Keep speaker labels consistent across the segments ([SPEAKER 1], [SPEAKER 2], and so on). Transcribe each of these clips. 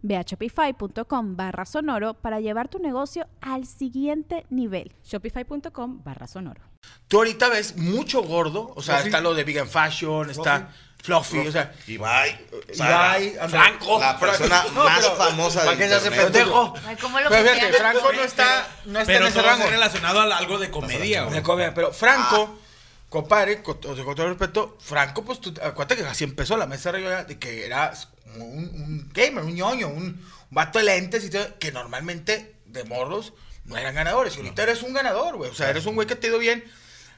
[SPEAKER 1] Ve a shopify.com barra sonoro para llevar tu negocio al siguiente nivel.
[SPEAKER 2] Shopify.com barra sonoro.
[SPEAKER 3] Tú ahorita ves mucho gordo, o sea,
[SPEAKER 4] Fluffy.
[SPEAKER 3] está lo de Vegan Fashion, está Fluffy, o sea,
[SPEAKER 5] Ibai, Sara,
[SPEAKER 3] Ibai, Franco.
[SPEAKER 5] la persona más famosa
[SPEAKER 3] ¿Para
[SPEAKER 5] de
[SPEAKER 3] qué se hace
[SPEAKER 5] internet.
[SPEAKER 3] pendejo?
[SPEAKER 6] Ay, ¿Cómo lo
[SPEAKER 3] Pero fíjate,
[SPEAKER 6] copian?
[SPEAKER 3] Franco no está, no está
[SPEAKER 4] Pero
[SPEAKER 3] en ese
[SPEAKER 4] todo
[SPEAKER 3] rango.
[SPEAKER 4] es relacionado a algo de comedia,
[SPEAKER 3] Me
[SPEAKER 4] güey.
[SPEAKER 3] come, pero
[SPEAKER 5] Ah.
[SPEAKER 3] Franco, compadre, con, to- con todo respeto, Franco, pues tú, acuérdate que así empezó la mesa arriba de que era un, un gamer, un ñoño, un, un vato de lentes y todo, que normalmente de morros no eran ganadores. Y ahorita eres un ganador, güey. O sea, eres un güey que te ha ido bien.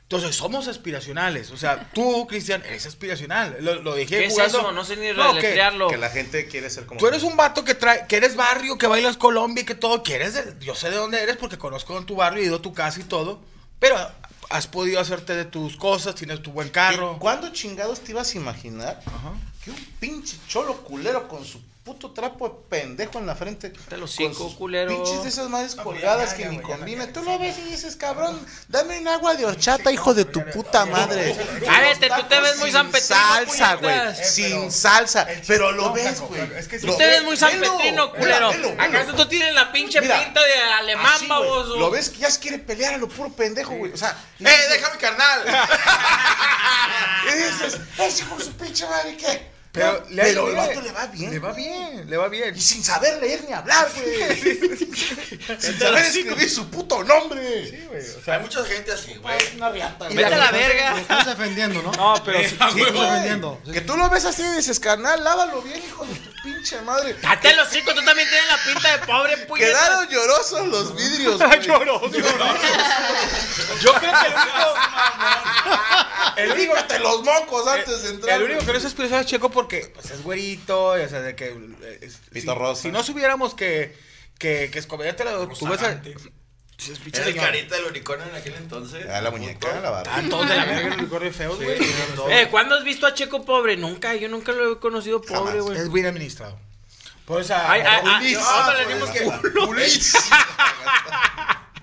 [SPEAKER 3] Entonces, somos aspiracionales. O sea, tú, Cristian, eres aspiracional. Lo, lo dije
[SPEAKER 7] ¿Qué es
[SPEAKER 3] jugando.
[SPEAKER 7] eso? No sé ni
[SPEAKER 3] No, que-
[SPEAKER 7] deletrearlo.
[SPEAKER 5] Que la gente quiere ser como
[SPEAKER 3] Tú eres un vato que trae, que eres barrio, que bailas Colombia y que todo, que eres del- yo sé de dónde eres porque conozco en tu barrio, he ido a tu casa y todo, pero has podido hacerte de tus cosas, tienes tu buen carro.
[SPEAKER 5] ¿Y ¿Cuándo chingados te ibas a imaginar que un pinche cholo culero con su puto trapo de pendejo en la frente.
[SPEAKER 7] Te lo
[SPEAKER 5] con
[SPEAKER 7] cinco,
[SPEAKER 5] sus
[SPEAKER 7] culero.
[SPEAKER 5] Pinches de esas madres
[SPEAKER 3] No,
[SPEAKER 5] colgadas
[SPEAKER 3] ya, ya,
[SPEAKER 5] que
[SPEAKER 3] güey,
[SPEAKER 5] ni
[SPEAKER 3] ya,
[SPEAKER 5] combina.
[SPEAKER 3] ya,
[SPEAKER 5] Tú
[SPEAKER 3] ya,
[SPEAKER 5] lo
[SPEAKER 3] ya.
[SPEAKER 5] ves y dices, cabrón, dame un agua de horchata, hijo de tu puta madre.
[SPEAKER 7] Cállate, tú te ves muy
[SPEAKER 5] Sin
[SPEAKER 7] San Petrino,
[SPEAKER 5] salsa, güey.
[SPEAKER 7] puñetas. Eh,
[SPEAKER 3] pero-
[SPEAKER 5] Sin salsa.
[SPEAKER 3] el chiste
[SPEAKER 5] Pero
[SPEAKER 3] no,
[SPEAKER 5] lo ves,
[SPEAKER 3] Jaco,
[SPEAKER 5] güey.
[SPEAKER 3] es que sí.
[SPEAKER 5] Lo
[SPEAKER 7] Usted
[SPEAKER 5] ve-
[SPEAKER 7] es muy San
[SPEAKER 5] velo,
[SPEAKER 7] Petrino,
[SPEAKER 5] mira,
[SPEAKER 7] culero.
[SPEAKER 5] velo, velo.
[SPEAKER 7] ¿Acaso tú tienes la pinche
[SPEAKER 5] Mira,
[SPEAKER 7] pinta de alemán,
[SPEAKER 5] Así, güey.
[SPEAKER 7] baboso?
[SPEAKER 5] Lo ves que ya se quiere pelear a lo puro pendejo, güey. O sea,
[SPEAKER 3] ¡Eh, déjame carnal!
[SPEAKER 5] Y dices, ese hijo de su pinche madre, ¿qué?
[SPEAKER 3] Pero,
[SPEAKER 5] le, pero el vato le va bien.
[SPEAKER 3] Le va bien, le va bien.
[SPEAKER 5] Y sin saber leer ni hablar, güey. sin saber escribir su puto nombre. Sí, güey. O sea, hay mucha gente así, güey. Una riata,
[SPEAKER 7] Vete a la verga.
[SPEAKER 8] Estás defendiendo, ¿no?
[SPEAKER 7] No, pero
[SPEAKER 4] Eh,
[SPEAKER 5] Ah,
[SPEAKER 4] a huevo.
[SPEAKER 5] güey.
[SPEAKER 8] vendiendo, sí.
[SPEAKER 5] Que tú lo ves así y dices, carnal, lávalo bien, hijo de tu pinche madre.
[SPEAKER 7] Date los cinco, tú también tienes la pinta de pobre puñeta.
[SPEAKER 5] Quedaron llorosos los vidrios, güey.
[SPEAKER 3] Yo creo que el único,
[SPEAKER 5] El Límate los mocos antes de entrar.
[SPEAKER 3] Eh, el único
[SPEAKER 5] güey.
[SPEAKER 3] que no se expresó es Checo porque pues, es güerito, y, o sea, de que... eh, es-
[SPEAKER 5] Pito
[SPEAKER 3] si,
[SPEAKER 5] rosa.
[SPEAKER 3] si no supiéramos que, que, que escobellate la... Tú ves a... Sí, es pinche
[SPEAKER 9] Era el
[SPEAKER 3] señor.
[SPEAKER 9] carita del unicornio en aquel entonces.
[SPEAKER 5] Ah, la muñeca, la barra.
[SPEAKER 3] Ah, todos de la verga, el unicornio feo, güey.
[SPEAKER 9] Ah,
[SPEAKER 7] Eh, ¿cuándo has visto a Checo pobre? Nunca, yo nunca lo he conocido pobre,
[SPEAKER 5] Jamás.
[SPEAKER 7] güey.
[SPEAKER 3] Es bien administrado. Por esa.
[SPEAKER 7] Ay, ay,
[SPEAKER 5] ah,
[SPEAKER 7] ay,
[SPEAKER 3] Ulises.
[SPEAKER 7] nosotros le dimos
[SPEAKER 5] Ulises.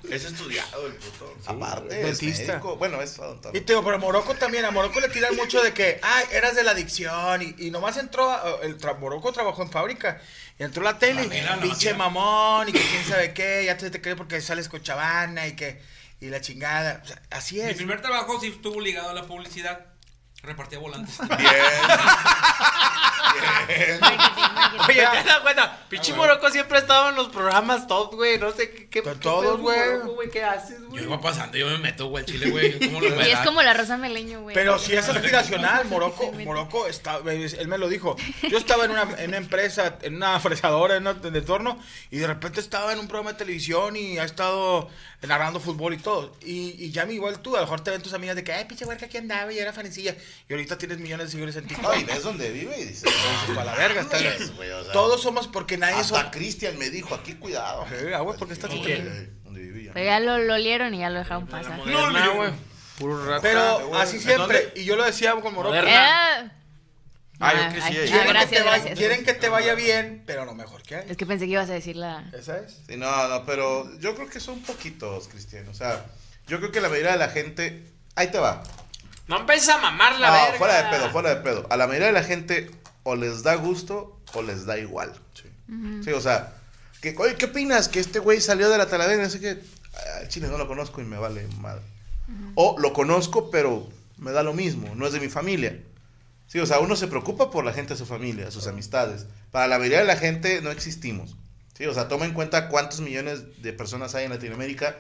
[SPEAKER 9] Es estudiado el puto.
[SPEAKER 5] Aparte, es
[SPEAKER 3] Dentista.
[SPEAKER 5] médico. Bueno, es
[SPEAKER 3] Y
[SPEAKER 5] odontólogo.
[SPEAKER 3] te digo, pero Morocco también, a Morocco le tiran mucho de que, ay, eras de la adicción, y, y nomás entró, a- el tra- Morocco trabajó en fábrica, y entró a la tele,
[SPEAKER 4] Ah,
[SPEAKER 3] y, pinche mamón, y que quién sabe qué, ya te, te crees porque sales con chavana, y que, y la chingada, O sea, así
[SPEAKER 4] Mi
[SPEAKER 3] es.
[SPEAKER 4] primer trabajo sí estuvo ligado a la publicidad. Repartía volantes.
[SPEAKER 7] Oye, ¿te das cuenta? Pinche Morocco siempre ha estado en los programas top, güey. No sé qué. qué
[SPEAKER 3] Con
[SPEAKER 7] qué
[SPEAKER 3] todos,
[SPEAKER 7] pedo con
[SPEAKER 3] güey.
[SPEAKER 7] Morocco, güey. ¿Qué haces,
[SPEAKER 4] Yo
[SPEAKER 7] güey?
[SPEAKER 4] iba pasando, yo me meto, güey, al chile, güey. ¿Cómo lo voy a
[SPEAKER 6] Y es
[SPEAKER 4] dar?
[SPEAKER 6] como la rosa meleño, güey.
[SPEAKER 3] Pero si es aspiracional, Morocco, Morocco está, él me lo dijo. Yo estaba en una, en una empresa, en una fresadora, en un entorno, y de repente estaba en un programa de televisión y ha estado narrando fútbol y todo. Y, y ya me igual tú, a lo mejor te ven tus amigas de que, ay, pinche huerca, aquí andaba y era fanecilla. Y ahorita tienes millones de seguidores en
[SPEAKER 5] No, y
[SPEAKER 3] TikTok.
[SPEAKER 5] ves dónde vive y dices, "Ah,
[SPEAKER 3] A la verga, está
[SPEAKER 5] no es, güey, o sea,
[SPEAKER 3] Todos somos porque nadie es.
[SPEAKER 5] Hasta Cristian me dijo, aquí cuidado.
[SPEAKER 3] Eh, aguas, porque estás
[SPEAKER 5] Sí,
[SPEAKER 3] sostenido.
[SPEAKER 5] eh, donde viví yo.
[SPEAKER 6] Pero ya lo, lo olieron y ya lo dejaron pasar.
[SPEAKER 7] No, no, güey.
[SPEAKER 3] Pero así siempre, y yo lo decía con Morocco.
[SPEAKER 7] Moderna.
[SPEAKER 6] Era-
[SPEAKER 5] Ah, yo
[SPEAKER 6] Ah,
[SPEAKER 5] crecí
[SPEAKER 6] ah,
[SPEAKER 5] ahí.
[SPEAKER 6] ah,
[SPEAKER 3] Quieren, que te
[SPEAKER 6] gracias,
[SPEAKER 3] vaya-
[SPEAKER 6] gracias.
[SPEAKER 3] quieren que te vaya bien, pero lo mejor que hay.
[SPEAKER 6] Es que pensé que ibas a decir la...
[SPEAKER 3] Esa es.
[SPEAKER 5] Sí, no, no, pero yo creo que son poquitos, Cristian. O sea, yo creo que la mayoría de la gente. Ahí te va.
[SPEAKER 7] No empieces a mamar la
[SPEAKER 5] No,
[SPEAKER 7] verga.
[SPEAKER 5] Ah, fuera de pedo, fuera de pedo. A la mayoría de la gente o les da gusto o les da igual. Sí, o sea, que, oye, ¿qué opinas? Que este güey salió de la talavera, así que ah, chile no lo conozco y me vale madre. O lo conozco, pero me da lo mismo, no es de mi familia. Sí, o sea, uno se preocupa por la gente de su familia, sus amistades. Para la mayoría de la gente no existimos. Sí, o sea, toma en cuenta cuántos millones de personas hay en Latinoamérica,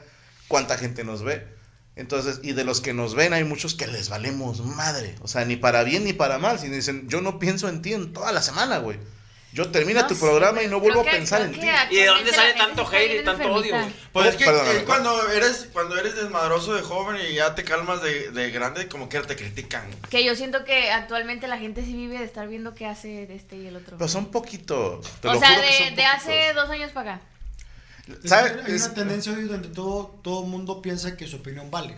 [SPEAKER 5] cuánta gente nos ve. Entonces, y de los que nos ven, hay muchos que les valemos madre. O sea, ni para bien ni para mal. Si dicen, yo no pienso en ti en toda la semana, güey. Yo termina
[SPEAKER 6] No
[SPEAKER 5] tu
[SPEAKER 6] sé,
[SPEAKER 5] programa
[SPEAKER 6] güey.
[SPEAKER 5] y no vuelvo
[SPEAKER 6] Creo
[SPEAKER 5] a
[SPEAKER 6] que-
[SPEAKER 5] pensar
[SPEAKER 6] creo
[SPEAKER 5] en
[SPEAKER 6] que
[SPEAKER 5] ti.
[SPEAKER 6] actualmente
[SPEAKER 7] ¿Y de dónde
[SPEAKER 6] la
[SPEAKER 7] sale
[SPEAKER 6] gente
[SPEAKER 7] tanto
[SPEAKER 6] está
[SPEAKER 7] hate
[SPEAKER 6] bien
[SPEAKER 7] y tanto odio?
[SPEAKER 6] enfermita.
[SPEAKER 7] güey? Pues es
[SPEAKER 5] ¿Cómo?
[SPEAKER 7] que
[SPEAKER 5] Perdóname,
[SPEAKER 9] es cuando eres, cuando eres desmadroso de joven y ya te calmas de, de grande, como que te critican.
[SPEAKER 6] Que yo siento que actualmente la gente sí vive de estar viendo qué hace de este y el otro.
[SPEAKER 5] Pero son poquitos. Te
[SPEAKER 6] o
[SPEAKER 5] lo
[SPEAKER 6] sea,
[SPEAKER 5] juro que
[SPEAKER 6] de,
[SPEAKER 5] son
[SPEAKER 6] de hace
[SPEAKER 5] poquitos.
[SPEAKER 6] dos años para acá.
[SPEAKER 8] Es
[SPEAKER 5] ¿Sabe?
[SPEAKER 8] que Hay
[SPEAKER 5] Es-
[SPEAKER 8] una tendencia hoy donde todo todo mundo piensa que su opinión vale.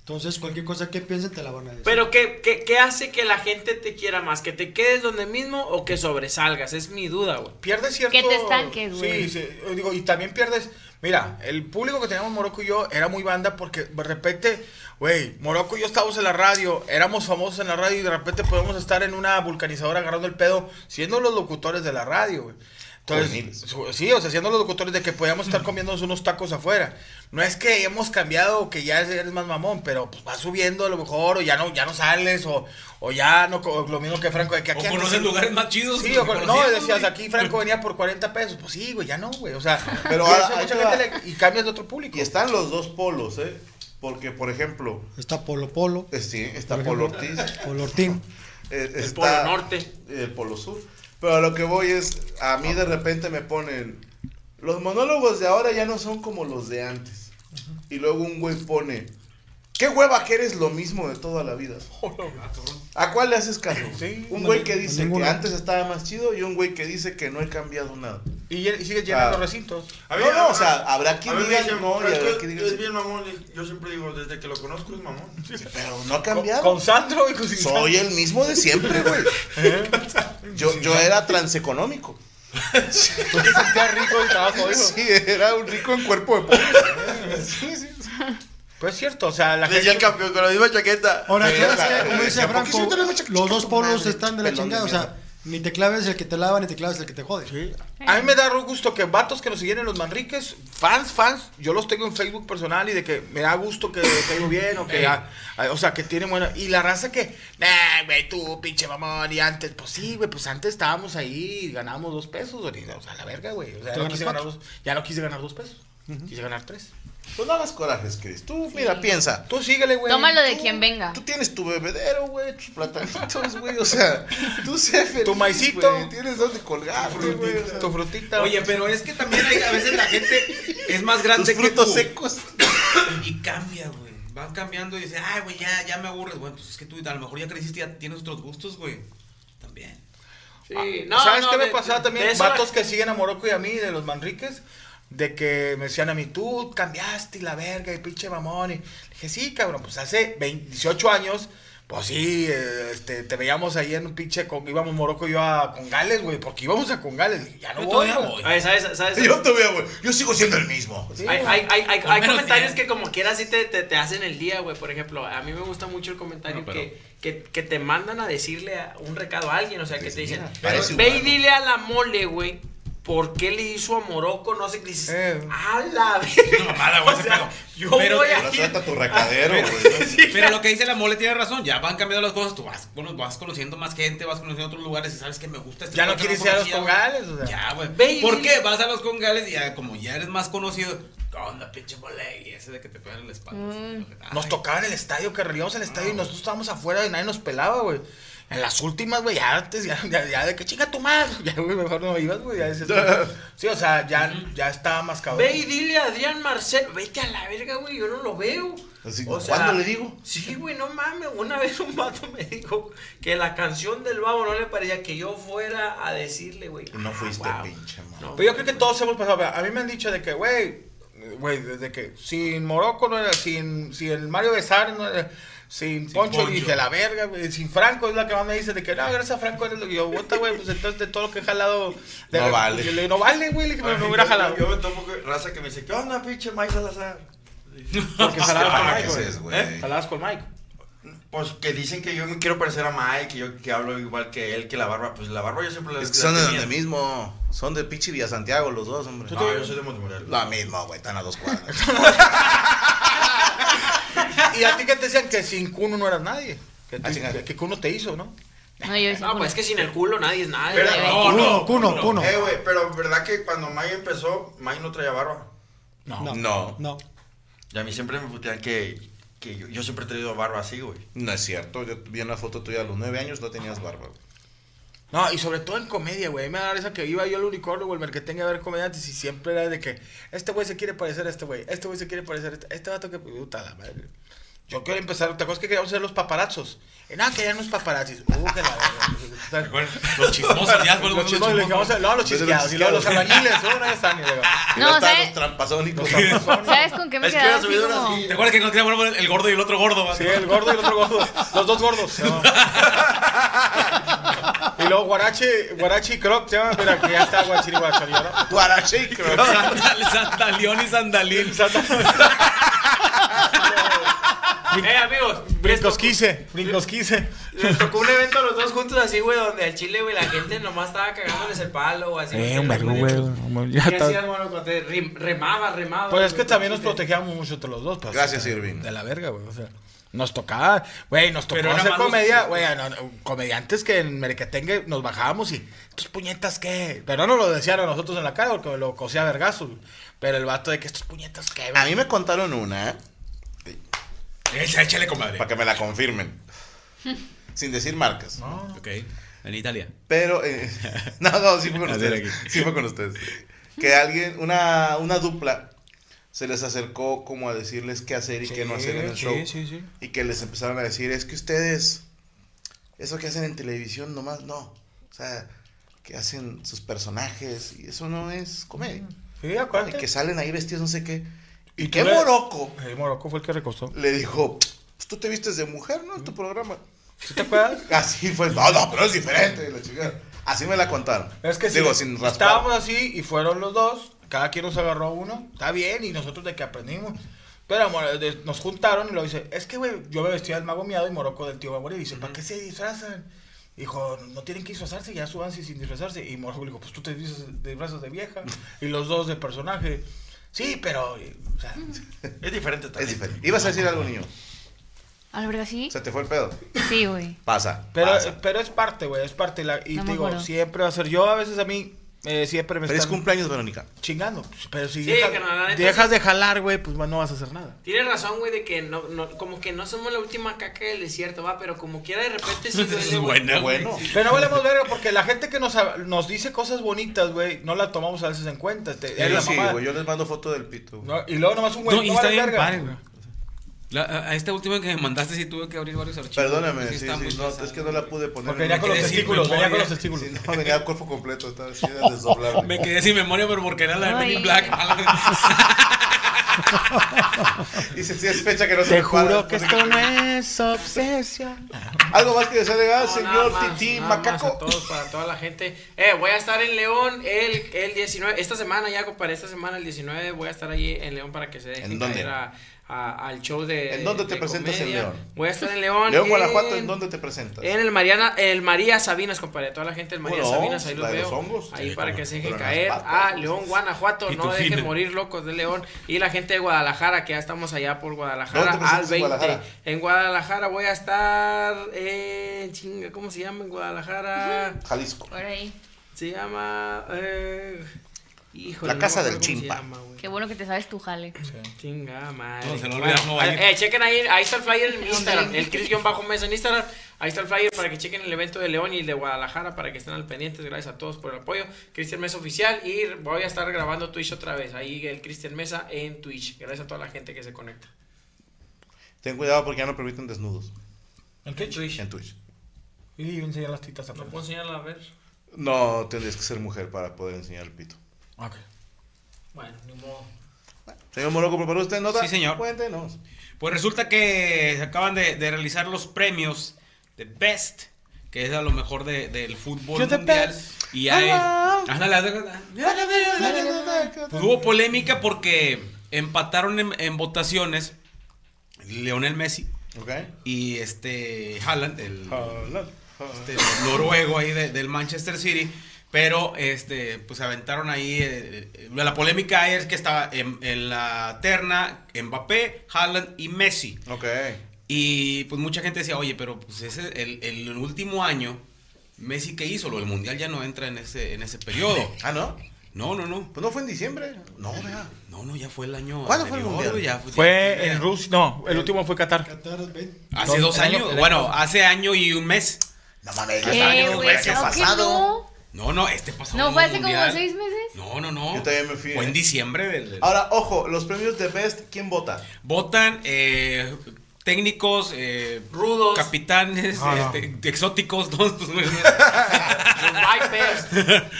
[SPEAKER 8] Entonces, cualquier cosa que piensen te la van a decir.
[SPEAKER 7] Pero ¿qué, qué, qué hace que la gente te quiera más? ¿Que te quedes donde mismo o que sobresalgas? Es mi duda, güey.
[SPEAKER 3] pierdes cierto...
[SPEAKER 6] Que te estanques, güey.
[SPEAKER 3] Sí, sí, yo digo, y también pierdes... Mira, el público que teníamos Morocco y yo era muy banda porque de repente, güey, Morocco y yo estábamos en la radio, éramos famosos en la radio y de repente podemos estar en una vulcanizadora agarrando el pedo siendo los locutores de la radio, güey. Entonces,
[SPEAKER 5] Juveniles.
[SPEAKER 3] su- sí, o sea, siendo los locutores de que podíamos estar comiéndonos unos tacos afuera. No es que hemos cambiado o que ya eres más mamón, pero pues vas subiendo a lo mejor o ya no ya no sales o, o ya no co- lo mismo que Franco de que aquí
[SPEAKER 4] O
[SPEAKER 3] antes-
[SPEAKER 4] conoces lugares más chidos.
[SPEAKER 3] Sí,
[SPEAKER 4] que
[SPEAKER 3] o con- no,
[SPEAKER 4] conocías,
[SPEAKER 3] decías,
[SPEAKER 4] güey.
[SPEAKER 3] aquí Franco venía por 40 pesos. Pues sí, güey, ya no, güey. O sea,
[SPEAKER 5] Pero
[SPEAKER 3] pero
[SPEAKER 5] ahora- ahí
[SPEAKER 3] mucha
[SPEAKER 5] te va.
[SPEAKER 3] gente le- y cambias de otro público.
[SPEAKER 5] Y están los dos polos, ¿eh? Porque, por ejemplo,
[SPEAKER 8] Está Polo Polo,
[SPEAKER 5] eh, sí, está
[SPEAKER 8] Por
[SPEAKER 5] Polo
[SPEAKER 8] ejemplo.
[SPEAKER 5] Ortiz.
[SPEAKER 8] Polo Ortín.
[SPEAKER 5] eh,
[SPEAKER 7] El
[SPEAKER 5] está-
[SPEAKER 7] Polo Norte.
[SPEAKER 5] El Polo Sur. Pero a lo que voy es, a mí de repente me ponen, los monólogos de ahora ya no son como los de antes. Y luego un güey pone, qué hueva que eres lo mismo de toda la vida. ¿A cuál le haces caso?
[SPEAKER 3] Sí,
[SPEAKER 5] un
[SPEAKER 8] no,
[SPEAKER 5] güey
[SPEAKER 8] no,
[SPEAKER 5] que dice que
[SPEAKER 8] ninguno.
[SPEAKER 5] antes estaba más chido y un güey que dice que no he cambiado nada.
[SPEAKER 3] Y, lle- y sigues llenando
[SPEAKER 5] Ah.
[SPEAKER 3] recintos.
[SPEAKER 9] A mí-
[SPEAKER 5] no, no,
[SPEAKER 9] a-
[SPEAKER 5] o sea, habrá quien
[SPEAKER 9] a mí me
[SPEAKER 5] diga
[SPEAKER 9] dicen,
[SPEAKER 5] no y
[SPEAKER 9] "Franco,
[SPEAKER 5] habrá quien diga
[SPEAKER 9] es
[SPEAKER 5] sí".
[SPEAKER 9] bien mamón. Le- Yo siempre digo, desde que lo conozco es mamón.
[SPEAKER 5] Pero no ha
[SPEAKER 3] Con,
[SPEAKER 5] cambiado.
[SPEAKER 3] con Sandro y con sin Sandro.
[SPEAKER 5] Soy el mismo de siempre, güey. Yo, yo era transeconómico.
[SPEAKER 3] Tú te sentías rico y estabas jodido.
[SPEAKER 5] Sí, era un rico en cuerpo de pobre. Sí, sí, sí.
[SPEAKER 3] Pues es cierto, o sea, la
[SPEAKER 9] Decía el
[SPEAKER 3] gente.
[SPEAKER 9] campeón con la misma chaqueta.
[SPEAKER 8] Ahora,
[SPEAKER 5] Sí,
[SPEAKER 8] ¿sabes
[SPEAKER 5] la-
[SPEAKER 8] qué? Como
[SPEAKER 5] eh,
[SPEAKER 8] dice
[SPEAKER 5] ¿a poco
[SPEAKER 8] Franco,
[SPEAKER 5] sí te la mucha-
[SPEAKER 8] los dos
[SPEAKER 5] tu
[SPEAKER 8] polos
[SPEAKER 5] madre,
[SPEAKER 8] están de la
[SPEAKER 5] pelón
[SPEAKER 8] chingada.
[SPEAKER 5] de
[SPEAKER 8] O sea,
[SPEAKER 5] mierda.
[SPEAKER 8] ni te claves el que te lava, ni te claves el que te jode.
[SPEAKER 3] A mí me da gusto que vatos que nos siguen en los Manriques, fans, fans, yo los tengo en Facebook personal y de que me da gusto que caigo bien o que, ah, ah, o sea, que tienen buena. Y la raza que, nah, güey, tú, pinche mamón, y antes, pues sí, güey, pues antes estábamos ahí y ganábamos dos pesos, ahorita, o sea, la verga, güey. O sea,
[SPEAKER 8] Te
[SPEAKER 3] ya no,
[SPEAKER 8] ganas
[SPEAKER 3] quise ganar
[SPEAKER 8] cuatro.
[SPEAKER 3] dos, ya no quise ganar dos pesos, quise ganar tres.
[SPEAKER 5] Pues no hagas corajes, Chris. Tú, mira, piensa.
[SPEAKER 3] Tú síguele, güey.
[SPEAKER 6] Tómalo de
[SPEAKER 5] Tú-
[SPEAKER 6] quien venga.
[SPEAKER 5] Tú tienes tu bebedero, güey, tus platanitos, güey. O sea, tú sé feliz,
[SPEAKER 3] Tu maicito.
[SPEAKER 5] güey, Tienes donde colgarte, güey. o sea,
[SPEAKER 3] Tu frutita.
[SPEAKER 4] Oye, pero es que también hay- a veces la gente es más
[SPEAKER 5] Tus
[SPEAKER 4] grande que tú.
[SPEAKER 5] frutos secos.
[SPEAKER 4] Y cambia, güey. Van cambiando y dicen, ay, güey, ya, ya me aburres. Bueno, pues es que tú a lo mejor ya creciste, ya tienes otros gustos, güey. También. Ah,
[SPEAKER 7] Sí,
[SPEAKER 3] Ah, ¿Sabes qué me
[SPEAKER 7] de-
[SPEAKER 3] pasaba
[SPEAKER 7] de-
[SPEAKER 3] también?
[SPEAKER 7] de eso la-
[SPEAKER 3] Vatos que siguen a Morocco y a mí, de los Manriques, de que me decían a mí, tú cambiaste y la verga y pinche mamón. Y dije, sí, cabrón, pues hace 20 18 años, pues sí, eh, este, te veíamos ahí en un pinche, con, íbamos Morocco y yo a Congales, güey, porque íbamos a Congales. Dije, ya no
[SPEAKER 4] Yo
[SPEAKER 3] voy,
[SPEAKER 4] todavía
[SPEAKER 3] güey.
[SPEAKER 4] voy.
[SPEAKER 7] Ay, ¿sabes? ¿sabes?
[SPEAKER 5] Yo te veo, güey. Yo sigo siendo el mismo.
[SPEAKER 3] Sí,
[SPEAKER 7] Hay, hay, hay, hay,
[SPEAKER 4] Al
[SPEAKER 7] hay
[SPEAKER 4] menos
[SPEAKER 7] comentarios
[SPEAKER 4] bien.
[SPEAKER 7] que como quieras sí te, te, te hacen el día, güey. Por ejemplo, a mí me gusta mucho el comentario que, que, que te mandan a decirle a- un recado a alguien. O sea, que te dicen,
[SPEAKER 5] mira, parece
[SPEAKER 7] ve y
[SPEAKER 5] humano".
[SPEAKER 7] dile a la mole, güey, ¿por qué le hizo a Morocco? No sé, dices,
[SPEAKER 3] Eh.
[SPEAKER 7] a la verga".
[SPEAKER 4] una mamada, güey,
[SPEAKER 7] O
[SPEAKER 4] ese
[SPEAKER 7] sea,
[SPEAKER 4] pedo.
[SPEAKER 7] yo
[SPEAKER 4] Pero-
[SPEAKER 7] voy
[SPEAKER 5] Ahora
[SPEAKER 7] a ir.
[SPEAKER 5] suelta tu recadero, güey.
[SPEAKER 4] Pero lo que dice la mole tiene razón, ya van cambiando las cosas, tú vas, bueno, vas conociendo más gente, vas conociendo otros lugares y sabes que me gusta este
[SPEAKER 3] Ya no
[SPEAKER 4] lugar que
[SPEAKER 3] quieres ir a los
[SPEAKER 4] conocía, güey.
[SPEAKER 3] congales, o sea.
[SPEAKER 4] Ya, güey.
[SPEAKER 7] Ve y
[SPEAKER 4] ¿Por
[SPEAKER 7] dile-
[SPEAKER 4] qué? Vas a los congales y ya, como ya eres más conocido, ¿qué onda, pinche mole? Y ese de que te pegan en la espalda.
[SPEAKER 7] Mm.
[SPEAKER 4] así, Ah, ay,
[SPEAKER 3] Nos tocaban el estadio, que arribamos al estadio y nosotros estábamos afuera y nadie nos pelaba, güey. En las últimas, güey, ya antes, ya, ya, ya de que chinga tu madre. Ya, güey, mejor no ibas, güey. Ya decías, sí, o sea, ya, ya estaba más cabrón.
[SPEAKER 7] Ve y dile a Adrián Marcelo, vete a la verga, güey, yo no lo veo.
[SPEAKER 5] Así, ¿cuándo le digo?
[SPEAKER 7] Sí, güey, no mames. Una vez un vato me dijo que la canción del babo no le parecía que yo fuera a decirle, güey.
[SPEAKER 5] No
[SPEAKER 7] Ah,
[SPEAKER 5] fuiste
[SPEAKER 7] guau.
[SPEAKER 5] pinche, mamá.
[SPEAKER 7] No,
[SPEAKER 3] Pero yo creo que todos hemos pasado. A mí me han dicho de que, güey, güey, desde que sin Morocco no era, sin, sin Mario Besar no era, sin, Poncho,
[SPEAKER 4] Poncho.
[SPEAKER 3] dije la verga, güey, sin Franco es la que más me dice de que, no, gracias a Franco eres lo que yo, puta, güey, pues entonces de todo lo que he jalado. de-
[SPEAKER 5] No vale.
[SPEAKER 3] yo le digo, no vale, güey, le dije, pero
[SPEAKER 9] Ay,
[SPEAKER 3] no hubiera
[SPEAKER 9] yo-
[SPEAKER 3] jalado.
[SPEAKER 9] Yo me tomo con raza que me dice, ¿qué onda, pinche Mike Salazar?
[SPEAKER 3] porque jalabas con
[SPEAKER 5] Ah,
[SPEAKER 3] Mike,
[SPEAKER 5] ¿qué
[SPEAKER 3] güey.
[SPEAKER 5] haces,
[SPEAKER 9] ¿Eh?
[SPEAKER 5] güey?
[SPEAKER 3] Jalabas con Mike.
[SPEAKER 9] Pues que dicen que yo me quiero parecer a Mike, que yo que hablo igual que él, que la barba. Pues la barba yo siempre la
[SPEAKER 5] Es que son de
[SPEAKER 9] la
[SPEAKER 5] donde
[SPEAKER 9] tenía.
[SPEAKER 5] mismo. Son de pinche Villa Santiago los dos, hombre.
[SPEAKER 9] No, yo soy de Montemorelos.
[SPEAKER 5] Lo mismo, güey, están a dos cuadras.
[SPEAKER 3] Y a ti que te decían que sin Cuno no eras nadie. Que,
[SPEAKER 5] Ah, chingada.
[SPEAKER 3] que, que Cuno te hizo, ¿no?
[SPEAKER 6] No, yo
[SPEAKER 7] No, pues es que sin el culo nadie es nadie.
[SPEAKER 9] Pero
[SPEAKER 7] güey.
[SPEAKER 9] no,
[SPEAKER 8] Cuno,
[SPEAKER 9] no.
[SPEAKER 8] cuno, cuno.
[SPEAKER 9] Eh, güey, pero verdad que cuando Mike empezó, Mike no traía barba.
[SPEAKER 5] No.
[SPEAKER 8] No.
[SPEAKER 9] Y a mí siempre me putean que, que yo, yo siempre he tenido barba así, güey.
[SPEAKER 5] No es cierto. Yo vi una foto tuya a los nueve años, no tenías barba. güey.
[SPEAKER 3] No, y sobre todo en comedia, güey. A mí Me da esa que iba yo al unicornio o el merquetengue a ver comediantes y siempre era de que este güey se quiere parecer a este güey, este güey se quiere parecer a este, este vato que. Puta la madre. Yo quiero empezar, ¿te acuerdas que queríamos ser los paparazos? Eh, no, querían los paparazzis. Uh, que la verga.
[SPEAKER 4] Los chismosos, ya, güey,
[SPEAKER 3] Los
[SPEAKER 4] los
[SPEAKER 3] chismos, le dije, vamos a- no, los
[SPEAKER 5] Desde los
[SPEAKER 3] chisqueados, y luego los
[SPEAKER 5] chisqueados.
[SPEAKER 3] albañiles, uh, ¿no? una vez están, y luego.
[SPEAKER 5] Ya
[SPEAKER 6] No,
[SPEAKER 5] estaban
[SPEAKER 6] ¿sabes?
[SPEAKER 5] los trampasónicos.
[SPEAKER 6] ¿Sabes con qué me
[SPEAKER 9] Es que
[SPEAKER 6] quedaba
[SPEAKER 9] era
[SPEAKER 6] así
[SPEAKER 9] subidón
[SPEAKER 6] como-
[SPEAKER 9] así.
[SPEAKER 4] ¿Te acuerdas que no queríamos el, el gordo y el otro gordo? va?
[SPEAKER 3] Sí, el gordo y el otro gordo. Los dos gordos. No. Y luego Guarache, Guarache y Croc, se llama, mira, que ya está Guarache y Guarache, ¿no?
[SPEAKER 5] Guarache, creo.
[SPEAKER 4] Sandal- Sandalión y Sandalín.
[SPEAKER 7] Eh, amigos, les
[SPEAKER 4] pues-
[SPEAKER 3] Brincos
[SPEAKER 7] tocó,
[SPEAKER 3] 15, brincos 15.
[SPEAKER 7] les tocó un evento a los dos juntos así, güey, donde al chile, güey, la gente nomás estaba cagándoles el palo o así.
[SPEAKER 4] Eh, un vergo, güey. Vamos,
[SPEAKER 7] ¿Qué
[SPEAKER 4] ya está.
[SPEAKER 7] hacías, hermano? Conté, rim- remaba, remaba.
[SPEAKER 3] Pues es que
[SPEAKER 7] güey,
[SPEAKER 3] también nos
[SPEAKER 7] te-
[SPEAKER 3] protegíamos mucho entre los dos. pues,
[SPEAKER 5] Gracias,
[SPEAKER 3] de-
[SPEAKER 5] Irving.
[SPEAKER 3] De la verga, güey. O sea, nos tocaba, güey, nos tocó
[SPEAKER 4] Pero era
[SPEAKER 3] hacer
[SPEAKER 4] más los-
[SPEAKER 3] comedia, güey, no, no, comediantes que en Mercatengue nos bajábamos y, ¿estos puñetas qué? Pero no lo decían a nosotros en la cara porque lo cosía vergazo. Pero el vato de que estos puñetas qué,
[SPEAKER 5] A
[SPEAKER 3] güey.
[SPEAKER 5] mí me contaron una, ¿eh?
[SPEAKER 4] Échale, échale, compadre.
[SPEAKER 5] para que me la confirmen. Sin decir marcas.
[SPEAKER 3] Ah.
[SPEAKER 4] Ok. En Italia.
[SPEAKER 5] Pero, eh, no, no, sí fue con
[SPEAKER 4] A ver,
[SPEAKER 5] ustedes. Sí fue con ustedes. Que alguien, una, una dupla, se les acercó como a decirles qué hacer y qué no hacer en el show.
[SPEAKER 4] sí.
[SPEAKER 5] Y que les empezaron a decir, es que ustedes, eso que hacen en televisión nomás no. O sea, que hacen sus personajes y eso no es comedia.
[SPEAKER 3] Sí,
[SPEAKER 5] Y
[SPEAKER 3] acuérdate.
[SPEAKER 5] que salen ahí vestidos no sé qué. Y,
[SPEAKER 3] Y tú
[SPEAKER 5] qué
[SPEAKER 3] le-
[SPEAKER 5] moroco.
[SPEAKER 3] Sí, Morocco fue el que recostó.
[SPEAKER 5] Le dijo, "Pues tú te vistes de mujer, ¿no? En tu programa.
[SPEAKER 3] ¿Sí te acuerdas?
[SPEAKER 5] Así fue, no, no, pero es diferente. y la chingada. Así me la contaron.
[SPEAKER 3] Es que sí,
[SPEAKER 5] Digo, sin raspar.
[SPEAKER 3] estábamos así y fueron los dos, cada quien nos agarró uno, está bien, y nosotros de que aprendimos. Pero amor, de- nos juntaron y lo dice, es que güey, yo me vestía del mago miado y moroco del tío Baborio. Y dice, ¿para qué se disfrazan? Dijo, no tienen que disfrazarse, ya subanse sin disfrazarse. Y Moroco le dijo, pues tú te disfrazas de, disfrazas de vieja. Y los dos de personaje. Sí, pero, eh, o sea,
[SPEAKER 9] Es diferente
[SPEAKER 5] Es
[SPEAKER 9] también.
[SPEAKER 5] diferente. Ibas a decir algo, niño.
[SPEAKER 6] A la verdad, sí.
[SPEAKER 5] Se te fue el pedo.
[SPEAKER 6] Sí, güey.
[SPEAKER 5] Pasa.
[SPEAKER 3] pero, eh,
[SPEAKER 5] pasa.
[SPEAKER 3] pero es parte, güey, es parte. la- y
[SPEAKER 6] No
[SPEAKER 3] te
[SPEAKER 6] me
[SPEAKER 3] digo,
[SPEAKER 6] acuerdo.
[SPEAKER 3] siempre va a ser, yo a veces a mí, eh, siempre me
[SPEAKER 5] Feliz
[SPEAKER 3] están
[SPEAKER 5] cumpleaños, Verónica.
[SPEAKER 3] chingando. pues, Pero si
[SPEAKER 7] Sí,
[SPEAKER 3] deja-
[SPEAKER 7] carnal, la neta
[SPEAKER 3] dejas
[SPEAKER 7] sí.
[SPEAKER 3] de jalar, güey, pues no vas a hacer nada.
[SPEAKER 7] Tienes razón, güey, de que no, no, como que no somos la última caca del desierto, va, pero como quiera de repente sí duele,
[SPEAKER 4] Es
[SPEAKER 7] güey.
[SPEAKER 4] buena, güey.
[SPEAKER 5] Bueno.
[SPEAKER 3] Pero no valemos verga porque la gente que nos, ha- nos dice cosas bonitas, güey, no la tomamos a veces en cuenta. Este, es
[SPEAKER 5] Yo
[SPEAKER 3] la
[SPEAKER 5] sí,
[SPEAKER 3] mamada.
[SPEAKER 5] güey. Yo les mando foto del pito. güey.
[SPEAKER 3] No, y luego nomás un güey.
[SPEAKER 4] No,
[SPEAKER 3] No,
[SPEAKER 4] y está
[SPEAKER 3] vale
[SPEAKER 4] bien
[SPEAKER 3] verga.
[SPEAKER 4] padre, güey. La- a, a esta última que me mandaste sí tuve que abrir varios archivos.
[SPEAKER 5] Perdóname, sí,
[SPEAKER 4] está
[SPEAKER 5] sí,
[SPEAKER 4] muy
[SPEAKER 5] no,
[SPEAKER 4] pesada,
[SPEAKER 5] es que no la pude poner.
[SPEAKER 3] Porque
[SPEAKER 5] en
[SPEAKER 3] venía
[SPEAKER 5] una
[SPEAKER 3] con los
[SPEAKER 5] que-
[SPEAKER 4] sin
[SPEAKER 3] testículos, venía con los
[SPEAKER 4] memoria.
[SPEAKER 3] testículos.
[SPEAKER 5] Sí, no, venía cuerpo completo, estaba así de desdoblable.
[SPEAKER 4] Me quedé sin memoria, pero porque era la de Men in
[SPEAKER 6] Ay.
[SPEAKER 4] Black.
[SPEAKER 5] Dice, sí, es fecha que no se
[SPEAKER 3] Te
[SPEAKER 5] me para,
[SPEAKER 3] juro que
[SPEAKER 5] pone-
[SPEAKER 3] esto no es obsesión.
[SPEAKER 5] Algo más que desea llegar,
[SPEAKER 7] No,
[SPEAKER 5] señor
[SPEAKER 7] nada más,
[SPEAKER 5] Titi
[SPEAKER 7] nada más a
[SPEAKER 5] Macaco.
[SPEAKER 7] todos, para toda la gente. Eh, voy a estar en León el, el 19. Esta semana ya, compadre. Esta semana, el 19, voy a estar allí en León para que se dejen
[SPEAKER 5] ¿En dónde?
[SPEAKER 7] caer a- a- al show de.
[SPEAKER 5] ¿En dónde te
[SPEAKER 7] de
[SPEAKER 5] presentas en
[SPEAKER 7] comedia.
[SPEAKER 5] León?
[SPEAKER 7] Voy a estar en León.
[SPEAKER 5] León, Guanajuato,
[SPEAKER 7] en-
[SPEAKER 5] ¿en dónde te presentas?
[SPEAKER 7] eh, En el Mariana, el María Sabinas, compadre. Toda la gente del María
[SPEAKER 5] Bueno,
[SPEAKER 7] Sabinas, ahí los
[SPEAKER 5] la de
[SPEAKER 7] veo.
[SPEAKER 5] los hongos.
[SPEAKER 7] Ahí
[SPEAKER 5] Sí,
[SPEAKER 7] para
[SPEAKER 5] cómo
[SPEAKER 7] que
[SPEAKER 5] no,
[SPEAKER 7] se dejen
[SPEAKER 5] pero las
[SPEAKER 7] caer
[SPEAKER 5] patas.
[SPEAKER 7] a León, Guanajuato.
[SPEAKER 4] Y
[SPEAKER 7] No
[SPEAKER 4] tu
[SPEAKER 7] dejen
[SPEAKER 4] fina.
[SPEAKER 7] morir locos de León. Y la gente de Guadalajara, que ya estamos allá por Guadalajara,
[SPEAKER 5] ¿Dónde te
[SPEAKER 7] al
[SPEAKER 5] presentas en
[SPEAKER 7] 20.
[SPEAKER 5] Guadalajara?
[SPEAKER 7] En Guadalajara voy a estar. eh, chinga, ¿Cómo se llama en Guadalajara?
[SPEAKER 5] Jalisco.
[SPEAKER 6] Por ahí.
[SPEAKER 7] Se llama. Eh, híjole,
[SPEAKER 5] La
[SPEAKER 7] no
[SPEAKER 5] casa
[SPEAKER 7] me
[SPEAKER 5] del
[SPEAKER 7] acuerdo cómo se
[SPEAKER 5] chimpa.
[SPEAKER 7] llama, güey.
[SPEAKER 6] Qué bueno que te sabes tu jale.
[SPEAKER 7] Chinga madre.
[SPEAKER 4] No, se lo
[SPEAKER 7] Bueno,
[SPEAKER 4] olvidó, no va a ir.
[SPEAKER 7] eh, chequen ahí, ahí está el flyer en mi Instagram, el Chris-Mesa en Instagram. Ahí está el flyer para que chequen el evento de León y el de Guadalajara para que estén al pendientes. Gracias a todos por el apoyo. Cristian Mesa oficial y voy a estar grabando Twitch otra vez. Ahí el Cristian Mesa en Twitch. Gracias a toda la gente que se conecta.
[SPEAKER 5] Ten cuidado porque ya no permiten desnudos
[SPEAKER 3] ¿En qué?
[SPEAKER 7] Twitch.
[SPEAKER 5] en Twitch.
[SPEAKER 3] Y enseñar las titas a
[SPEAKER 7] No puedo enseñarla a ver.
[SPEAKER 5] No, tendrías que ser mujer para poder enseñar el pito.
[SPEAKER 3] Ok.
[SPEAKER 7] Bueno, ni modo.
[SPEAKER 5] Señor Moroco, ¿preparó usted nota?
[SPEAKER 10] Sí, señor.
[SPEAKER 5] Cuéntenos.
[SPEAKER 10] Pues resulta que se acaban de, de realizar los premios de Best, que es a lo mejor de- del fútbol
[SPEAKER 3] You're the
[SPEAKER 10] mundial.
[SPEAKER 3] best.
[SPEAKER 10] Y hay.
[SPEAKER 5] Ah.
[SPEAKER 10] Ándale, ándale, ándale. Pues hubo polémica porque empataron en, en votaciones Leonel Messi
[SPEAKER 5] Ok.
[SPEAKER 10] y este Haaland, el, este, noruego ahí de- del Manchester City. Pero este, pues aventaron ahí. eh, eh, la polémica es que estaba en, en la terna Mbappé, Haaland y Messi.
[SPEAKER 5] Ok.
[SPEAKER 10] Y pues mucha gente decía, oye, pero pues ese el, el último año, Messi que hizo, lo el mundial ya no entra en ese, en ese periodo.
[SPEAKER 5] Ah, ¿no?
[SPEAKER 10] No, no, no.
[SPEAKER 5] Pues no fue en diciembre. No, vea.
[SPEAKER 10] No, no, ya fue el año.
[SPEAKER 5] ¿Cuándo fue el
[SPEAKER 10] anterior,
[SPEAKER 5] mundial?
[SPEAKER 10] ya fue- ya-
[SPEAKER 11] Fue en Rusia. No, el último fue Qatar.
[SPEAKER 10] Hace dos años. bueno, hace año y un mes.
[SPEAKER 5] No
[SPEAKER 10] mames,
[SPEAKER 6] ¿Qué, güey? Claro que no.
[SPEAKER 10] No, no, este pasado.
[SPEAKER 6] ¿No fue hace como
[SPEAKER 10] mundial.
[SPEAKER 6] seis meses?
[SPEAKER 10] No, no, no.
[SPEAKER 5] Yo también me fui.
[SPEAKER 10] Fue en diciembre del. del-
[SPEAKER 5] Ahora, ojo, los premios de Best, ¿quién vota?
[SPEAKER 10] Votan eh, técnicos, eh, rudos, capitanes,
[SPEAKER 5] Ah,
[SPEAKER 10] este, exóticos, ¿no?
[SPEAKER 7] Vipers.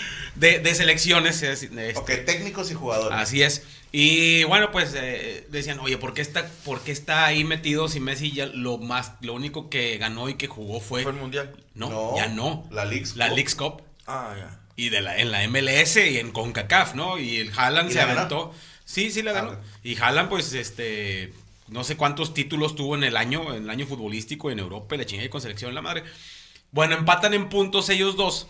[SPEAKER 10] de, de selecciones. es- este.
[SPEAKER 5] técnicos y jugadores.
[SPEAKER 10] Así es. Y bueno, pues eh, decían, oye, ¿por qué, está, ¿por qué está ahí metido si Messi ya lo más, lo único que ganó y que jugó fue.
[SPEAKER 9] ¿Fue el Mundial?
[SPEAKER 10] No,
[SPEAKER 9] No, Oh.
[SPEAKER 10] ya no.
[SPEAKER 5] La Leagues
[SPEAKER 10] La
[SPEAKER 5] Cup.
[SPEAKER 10] Leagues Cup.
[SPEAKER 9] Ah, ya.
[SPEAKER 10] Y de la, en la MLS y en CONCACAF, ¿no? Y el Haaland
[SPEAKER 9] ¿Y
[SPEAKER 10] se
[SPEAKER 9] la ganó? Ah.
[SPEAKER 10] aventó. Sí, sí la ganó. Y Haaland, pues, este. No sé cuántos títulos tuvo en el año, en el año futbolístico en Europa y la chingada y con selección la madre. Bueno, empatan en puntos ellos dos.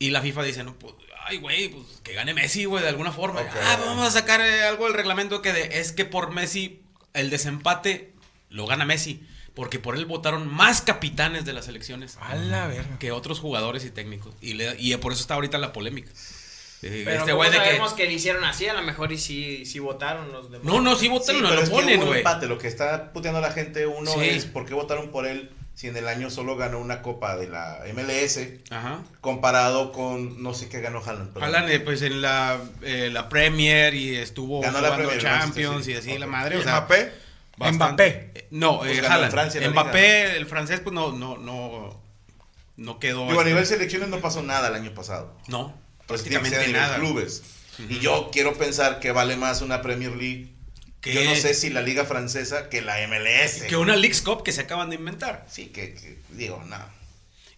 [SPEAKER 10] Y la FIFA dice, no, pues, ay, güey, pues que gane Messi, güey, de alguna forma. Ah, vamos a sacar eh, algo del reglamento que de- es que por Messi, el desempate lo gana Messi. Porque por él votaron más capitanes de las selecciones
[SPEAKER 11] la
[SPEAKER 10] que otros jugadores y técnicos. Y, le- y por eso está ahorita la polémica. Eh,
[SPEAKER 7] Pero
[SPEAKER 10] este
[SPEAKER 7] ¿cómo
[SPEAKER 10] güey de que.
[SPEAKER 7] sabemos que... le hicieron así, a lo mejor y si, si votaron los demás.
[SPEAKER 10] No, no, sí votaron, no
[SPEAKER 5] pero
[SPEAKER 10] lo
[SPEAKER 5] es que
[SPEAKER 10] ponen,
[SPEAKER 5] hubo un
[SPEAKER 10] güey.
[SPEAKER 5] empate, Lo que está puteando la gente uno
[SPEAKER 10] Sí.
[SPEAKER 5] es por qué votaron por él si en el año solo ganó una copa de la MLS
[SPEAKER 10] Ajá.
[SPEAKER 5] comparado con no sé qué ganó Haaland. pero-
[SPEAKER 10] Haaland, eh, pues en la, eh, la Premier y estuvo
[SPEAKER 5] Ganó la
[SPEAKER 10] jugando
[SPEAKER 5] Premier,
[SPEAKER 10] Champions
[SPEAKER 5] Manchester City.
[SPEAKER 10] y así
[SPEAKER 5] Ok.
[SPEAKER 10] la madre.
[SPEAKER 5] ¿Y
[SPEAKER 10] o sea,
[SPEAKER 5] Mbappé?
[SPEAKER 10] bastante-
[SPEAKER 11] Mbappé.
[SPEAKER 10] Eh, No,
[SPEAKER 5] Pues
[SPEAKER 10] eh,
[SPEAKER 5] ganó en
[SPEAKER 10] Haaland.
[SPEAKER 5] Francia la
[SPEAKER 10] Mbappé, el francés, pues no, no, no, no quedó.
[SPEAKER 5] Digo, a
[SPEAKER 10] este,
[SPEAKER 5] nivel selecciones no pasó nada el año pasado.
[SPEAKER 10] No,
[SPEAKER 5] Pues tiene que ser a
[SPEAKER 10] prácticamente
[SPEAKER 5] nivel
[SPEAKER 10] nada.
[SPEAKER 5] clubes. Y yo quiero pensar que vale más una Premier League.
[SPEAKER 10] Que-
[SPEAKER 5] Yo no sé si la liga francesa que la MLS.
[SPEAKER 10] Que una Leagues Cup que se acaban de inventar.
[SPEAKER 5] Sí, que, que- digo, nada.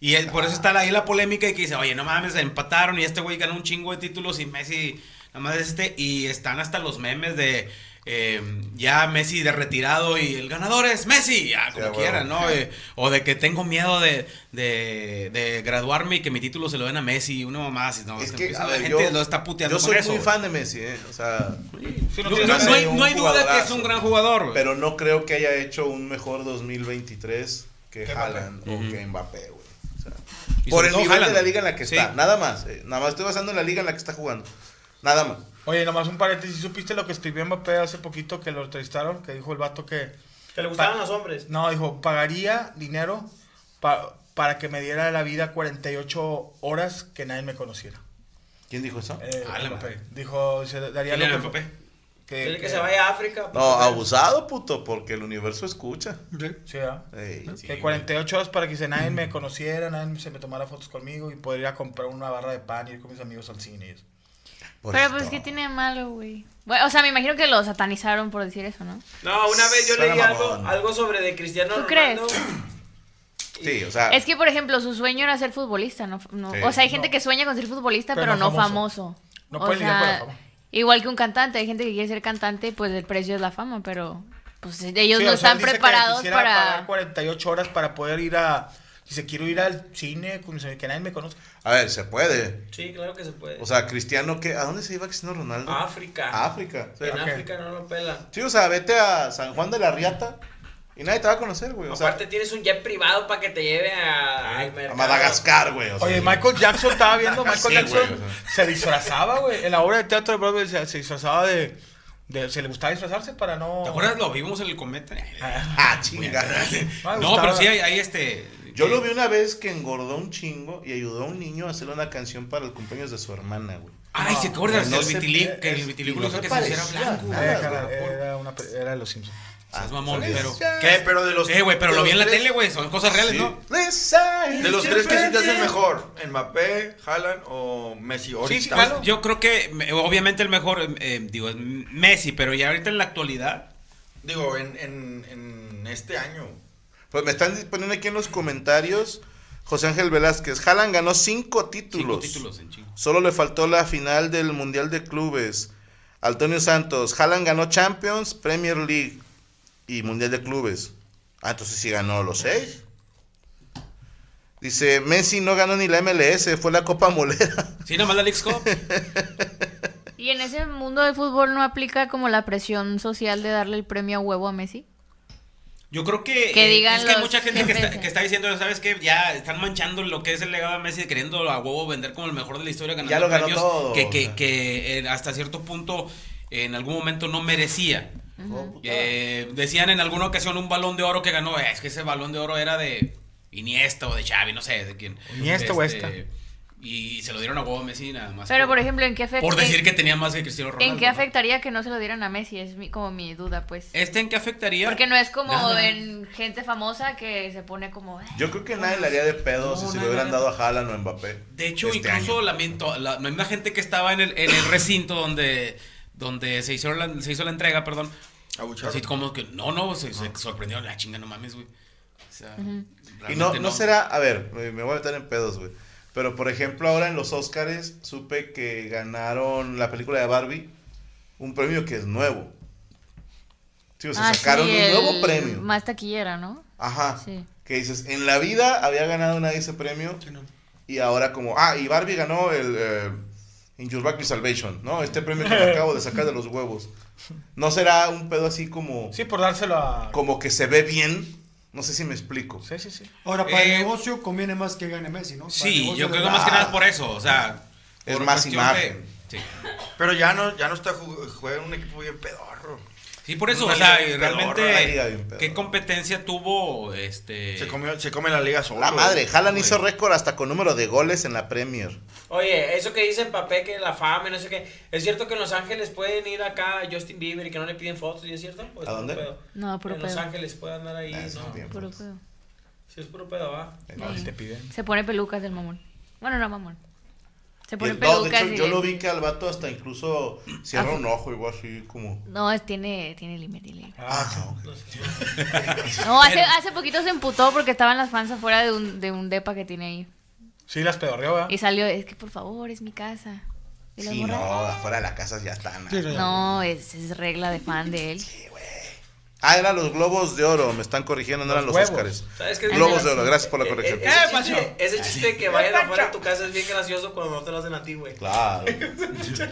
[SPEAKER 10] Y es- por eso está ahí la polémica y que dice, oye, no mames, se empataron y este güey ganó un chingo de títulos y Messi, nada más este, y están hasta los memes de eh, ya Messi de retirado y el ganador es Messi, ya como
[SPEAKER 5] a huevo.
[SPEAKER 10] quiera, ¿no? Eh, o de que tengo miedo de, de, de graduarme y que mi título se lo den a Messi, una mamá así, ¿no?
[SPEAKER 5] Es
[SPEAKER 10] Se
[SPEAKER 5] que
[SPEAKER 10] empieza-
[SPEAKER 5] a
[SPEAKER 10] la
[SPEAKER 5] ver,
[SPEAKER 10] gente
[SPEAKER 5] yo-
[SPEAKER 10] lo está puteando
[SPEAKER 5] Yo
[SPEAKER 10] con
[SPEAKER 5] soy
[SPEAKER 10] eso,
[SPEAKER 5] muy
[SPEAKER 10] güey.
[SPEAKER 5] fan de Messi, ¿eh? O sea.
[SPEAKER 10] no
[SPEAKER 5] yo
[SPEAKER 10] tiene-
[SPEAKER 5] creo
[SPEAKER 10] no
[SPEAKER 5] que
[SPEAKER 10] hay-
[SPEAKER 5] un
[SPEAKER 10] no hay duda que es un
[SPEAKER 5] jugadorazo,
[SPEAKER 10] gran jugador, güey.
[SPEAKER 5] Pero no creo que haya hecho un mejor 2023 que
[SPEAKER 10] Que
[SPEAKER 5] Haaland
[SPEAKER 10] Mbappé.
[SPEAKER 5] o
[SPEAKER 10] Ujú.
[SPEAKER 5] que Mbappé, güey. O sea, por
[SPEAKER 10] Y sobre
[SPEAKER 5] el
[SPEAKER 10] todo
[SPEAKER 5] nivel
[SPEAKER 10] Haaland.
[SPEAKER 5] de la liga en la que
[SPEAKER 10] Sí.
[SPEAKER 5] está. Nada más. eh, nada más estoy basando en la liga en la que está jugando. Nada más.
[SPEAKER 11] Oye, nomás un paréntesis. ¿Supiste lo que escribió Mbappé hace poquito que lo entrevistaron? Que dijo el vato que.
[SPEAKER 7] Que le gustaban
[SPEAKER 11] pa-
[SPEAKER 7] los hombres.
[SPEAKER 11] No, dijo, pagaría dinero pa- para que me diera la vida 48 horas que nadie me conociera.
[SPEAKER 5] ¿Quién dijo eso?
[SPEAKER 11] Eh,
[SPEAKER 10] Ah, la
[SPEAKER 11] Mbappé.
[SPEAKER 10] madre.
[SPEAKER 11] Dijo, se daría
[SPEAKER 10] ¿Quién
[SPEAKER 11] lo
[SPEAKER 10] era Mbappé?
[SPEAKER 11] Que,
[SPEAKER 7] Quiere que se vaya a África.
[SPEAKER 5] No, abusado, puto, porque el universo escucha.
[SPEAKER 11] Sí, ¿verdad?
[SPEAKER 5] Ey.
[SPEAKER 10] Sí,
[SPEAKER 11] que
[SPEAKER 10] güey. Mm.
[SPEAKER 11] 48 horas para que se- nadie me conociera, nadie se me tomara fotos conmigo y poder ir a comprar una barra de pan y ir con mis amigos al cine. y eso.
[SPEAKER 6] Pero pues, ¿qué tiene de malo, güey? Bueno, o sea, me imagino que lo satanizaron por decir eso, ¿no?
[SPEAKER 7] No, una vez yo
[SPEAKER 5] Suena
[SPEAKER 7] leí algo,
[SPEAKER 5] mamón.
[SPEAKER 7] algo sobre de Cristiano
[SPEAKER 6] ¿Tú
[SPEAKER 7] Ronaldo.
[SPEAKER 5] Sí, o sea.
[SPEAKER 6] Es que, por ejemplo, su sueño era ser futbolista, ¿no? no-
[SPEAKER 5] Sí.
[SPEAKER 6] o sea, hay gente
[SPEAKER 11] No.
[SPEAKER 6] que sueña con ser futbolista,
[SPEAKER 11] Pero
[SPEAKER 6] pero,
[SPEAKER 11] no
[SPEAKER 6] no
[SPEAKER 11] famoso.
[SPEAKER 6] famoso.
[SPEAKER 11] No
[SPEAKER 6] O
[SPEAKER 11] puede lidiar con la
[SPEAKER 6] sea,
[SPEAKER 11] fama.
[SPEAKER 6] Igual que un cantante, hay gente que quiere ser cantante, pues el precio es la fama, pero pues ellos
[SPEAKER 11] Sí,
[SPEAKER 6] no
[SPEAKER 11] o sea, él
[SPEAKER 6] están
[SPEAKER 11] dice que
[SPEAKER 6] preparados
[SPEAKER 11] quisiera pagar
[SPEAKER 6] para...
[SPEAKER 11] 48 horas para poder ir a. Si se quiero ir al cine, con mis amigos, que nadie me conozca.
[SPEAKER 5] A ver, se puede.
[SPEAKER 7] Sí, claro que se puede.
[SPEAKER 5] O sea, Cristiano, ¿qué? ¿a dónde se iba Cristiano Ronaldo?
[SPEAKER 7] A África.
[SPEAKER 5] A África.
[SPEAKER 7] en
[SPEAKER 11] ok.
[SPEAKER 7] África no lo pela.
[SPEAKER 5] Sí, o sea, vete a San Juan de la Riata y nadie te va a conocer, güey. O sea,
[SPEAKER 7] Aparte tienes un jet privado para que te lleve a, al mercado.
[SPEAKER 5] a Madagascar, güey. o sea.
[SPEAKER 11] Oye, Michael Jackson estaba viendo, Michael
[SPEAKER 5] Sí,
[SPEAKER 11] Jackson
[SPEAKER 5] güey, o
[SPEAKER 11] se disfrazaba, güey. En la obra de teatro de Broadway se, se disfrazaba de, de- Se le gustaba disfrazarse para no.
[SPEAKER 10] ¿Te acuerdas? Lo vimos en el cometa.
[SPEAKER 5] Ah, chinga.
[SPEAKER 10] No, pero sí, hay, hay este...
[SPEAKER 5] Yo
[SPEAKER 10] que-
[SPEAKER 5] lo vi una vez que engordó un chingo y ayudó a un niño a hacer una canción para el cumpleaños de su hermana, güey.
[SPEAKER 10] Ay, ¿se acuerdas?
[SPEAKER 5] No
[SPEAKER 10] el
[SPEAKER 5] se-
[SPEAKER 10] vitiligo, que el vitiligo
[SPEAKER 5] no
[SPEAKER 10] hizo
[SPEAKER 5] se
[SPEAKER 10] que se hiciera
[SPEAKER 5] parecía
[SPEAKER 10] blanco.
[SPEAKER 11] Ah,
[SPEAKER 10] güey.
[SPEAKER 11] Era, era una, pe- era de los Simpsons.
[SPEAKER 10] Ah, es mamón, pero...
[SPEAKER 9] ¿Qué? Pero de los.
[SPEAKER 10] Eh, güey, pero
[SPEAKER 9] de
[SPEAKER 10] lo vi
[SPEAKER 9] los
[SPEAKER 10] en la
[SPEAKER 9] tres-
[SPEAKER 10] tele, güey. Son cosas reales,
[SPEAKER 5] Sí.
[SPEAKER 10] ¿no?
[SPEAKER 9] De los tres, ¿qué sí te hacen mejor? ¿Mbappé, Haaland o Messi? Ahorita.
[SPEAKER 11] sí, claro.
[SPEAKER 10] Yo creo que, eh, obviamente, el mejor, eh, eh, digo, es Messi, pero ya ahorita en la actualidad...
[SPEAKER 9] Digo, en, en, en este año.
[SPEAKER 5] Pues me están poniendo aquí en los comentarios José Ángel Velázquez. Haaland ganó cinco
[SPEAKER 10] Cinco
[SPEAKER 5] títulos.
[SPEAKER 10] títulos en chingo.
[SPEAKER 5] Solo le faltó la final del Mundial de Clubes. Antonio Santos. Haaland ganó Champions, Premier League y Mundial de Clubes. Ah, entonces sí ganó los seis. Dice, Messi no ganó ni la MLS, fue la Copa Molera.
[SPEAKER 10] Sí, nada más la Leagues Cup.
[SPEAKER 6] Y en ese mundo del fútbol no aplica como la presión social de darle el premio a huevo a Messi.
[SPEAKER 10] Yo creo que,
[SPEAKER 6] Que
[SPEAKER 10] eh,
[SPEAKER 6] digan
[SPEAKER 10] es que hay
[SPEAKER 6] los
[SPEAKER 10] mucha gente que
[SPEAKER 6] jefes,
[SPEAKER 10] está, que está diciendo, ¿sabes qué? Ya están manchando lo que es el legado de Messi, queriendo a huevo vender como el mejor de la historia, ganando
[SPEAKER 5] Ya lo ganó
[SPEAKER 10] premios
[SPEAKER 5] todo,
[SPEAKER 10] que,
[SPEAKER 5] o
[SPEAKER 10] que,
[SPEAKER 5] sea.
[SPEAKER 10] que, eh, hasta cierto punto en algún momento no merecía.
[SPEAKER 5] Ujú. Oh,
[SPEAKER 10] Eh, decían en alguna ocasión un balón de oro que ganó, "Eh, es que ese balón de oro era de Iniesta o de Xavi, no sé, de quién.
[SPEAKER 11] Iniesta o
[SPEAKER 10] Este,
[SPEAKER 11] esta.
[SPEAKER 10] Y se lo dieron a huevo a Messi nada más.
[SPEAKER 6] Pero, por ejemplo, ¿en qué afecta?
[SPEAKER 10] Por decir que tenía más que Cristiano Ronaldo.
[SPEAKER 6] ¿En qué
[SPEAKER 10] ¿no?
[SPEAKER 6] afectaría que no se lo dieran a Messi? Es mi- como mi duda, pues.
[SPEAKER 10] ¿Este en qué afectaría?
[SPEAKER 6] Porque no es como
[SPEAKER 10] Nada.
[SPEAKER 6] en gente famosa que se pone como. "Eh".
[SPEAKER 5] Yo creo que nadie le haría de pedo
[SPEAKER 10] No,
[SPEAKER 5] si se
[SPEAKER 10] nadie
[SPEAKER 5] lo hubieran
[SPEAKER 10] le-
[SPEAKER 5] dado a Haaland o Mbappé. este
[SPEAKER 10] De hecho, incluso la, mien- la- la misma gente que estaba en el, en el recinto donde, donde se, hizo la, se hizo la entrega, perdón. Así como que, no, no, se, se sorprendieron. La chinga, no mames, güey. O sea,
[SPEAKER 6] Ujú.
[SPEAKER 5] Y no,
[SPEAKER 10] realmente
[SPEAKER 5] no será, a ver, me me voy a meter en pedos, güey. Pero por ejemplo, ahora en los Oscars supe que ganaron la película de Barbie, un premio que es nuevo. Sí, o sea,
[SPEAKER 6] Ah,
[SPEAKER 5] sacaron
[SPEAKER 6] sí,
[SPEAKER 5] un
[SPEAKER 6] el
[SPEAKER 5] nuevo premio.
[SPEAKER 6] Más taquillera, ¿no?
[SPEAKER 5] Ajá.
[SPEAKER 6] Sí.
[SPEAKER 5] Que dices, en la vida había ganado nadie ese premio. Y ahora como, ah, y Barbie ganó el eh, In Your Back Your Salvation, ¿no? Este premio que me acabo de sacar de los huevos. ¿No será un pedo así como...
[SPEAKER 11] Sí, por dárselo a...
[SPEAKER 5] Como que se ve bien. No sé si me explico.
[SPEAKER 11] Sí, sí, sí.
[SPEAKER 8] Ahora, para
[SPEAKER 10] Eh,
[SPEAKER 8] el negocio conviene más que gane Messi, ¿no? Para el
[SPEAKER 10] Sí,
[SPEAKER 8] negocio
[SPEAKER 10] yo
[SPEAKER 8] de
[SPEAKER 10] creo que
[SPEAKER 8] la-
[SPEAKER 10] más que nada por eso. O sea,
[SPEAKER 5] Es
[SPEAKER 10] por
[SPEAKER 5] más
[SPEAKER 10] cuestión de-
[SPEAKER 5] imagen.
[SPEAKER 10] sí.
[SPEAKER 9] Pero ya no, ya no está jug- juega en un equipo bien pedorro.
[SPEAKER 10] Sí, por eso,
[SPEAKER 9] Una
[SPEAKER 10] o sea,
[SPEAKER 9] liga bien pedorra, una liga bien
[SPEAKER 10] realmente,
[SPEAKER 9] pedorra.
[SPEAKER 10] ¿qué competencia tuvo este.
[SPEAKER 9] Se, comió- se come la liga solo.
[SPEAKER 5] La madre,
[SPEAKER 9] güey.
[SPEAKER 5] Haaland hizo récord hasta con número de goles en la Premier.
[SPEAKER 7] Oye, eso que dicen papé que la fama, y no sé qué. ¿Es cierto que en Los Ángeles pueden ir acá a Justin Bieber y que no le piden fotos? ¿Y es cierto? ¿O es
[SPEAKER 5] ¿A
[SPEAKER 7] puro
[SPEAKER 5] dónde?
[SPEAKER 7] pedo?
[SPEAKER 6] No, puro
[SPEAKER 7] En Los
[SPEAKER 6] pedo.
[SPEAKER 7] Ángeles puede andar ahí.
[SPEAKER 5] Ah, eso
[SPEAKER 7] no.
[SPEAKER 5] es bien.
[SPEAKER 6] Puro pedo.
[SPEAKER 7] Sí, es puro pedo, va.
[SPEAKER 5] No,
[SPEAKER 6] Sí.
[SPEAKER 5] si te
[SPEAKER 11] piden.
[SPEAKER 6] Se pone pelucas del mamón. Bueno, no mamón. Se
[SPEAKER 5] Y
[SPEAKER 6] pone
[SPEAKER 5] el- no, de
[SPEAKER 6] pelucas.
[SPEAKER 5] hecho,
[SPEAKER 6] y-
[SPEAKER 5] yo lo vi que al vato hasta incluso cierra
[SPEAKER 6] Ah,
[SPEAKER 5] un ojo igual así como...
[SPEAKER 6] No, es- tiene, tiene límite. límite.
[SPEAKER 5] Ah,
[SPEAKER 6] No, hace, hace poquito se emputó porque estaban las fans afuera de un, de un depa que tiene ahí.
[SPEAKER 11] Sí, las pedorreó, ¿verdad?
[SPEAKER 6] Y salió, es que por favor, es mi casa. Y las
[SPEAKER 5] Sí, no,
[SPEAKER 6] morras,
[SPEAKER 5] afuera de la casa ya están.
[SPEAKER 6] "Ah". No, es, es regla de fan de él.
[SPEAKER 5] Ah, eran los globos de oro, me están corrigiendo, no eran los
[SPEAKER 11] huevos.
[SPEAKER 5] Óscares.
[SPEAKER 7] ¿Sabes qué?
[SPEAKER 5] Globos de oro, gracias por la
[SPEAKER 7] Eh,
[SPEAKER 5] corrección.
[SPEAKER 7] eh, ese, chiste, ese chiste que vayan afuera de tu casa es bien gracioso cuando no te lo hacen a ti, güey.
[SPEAKER 5] Claro.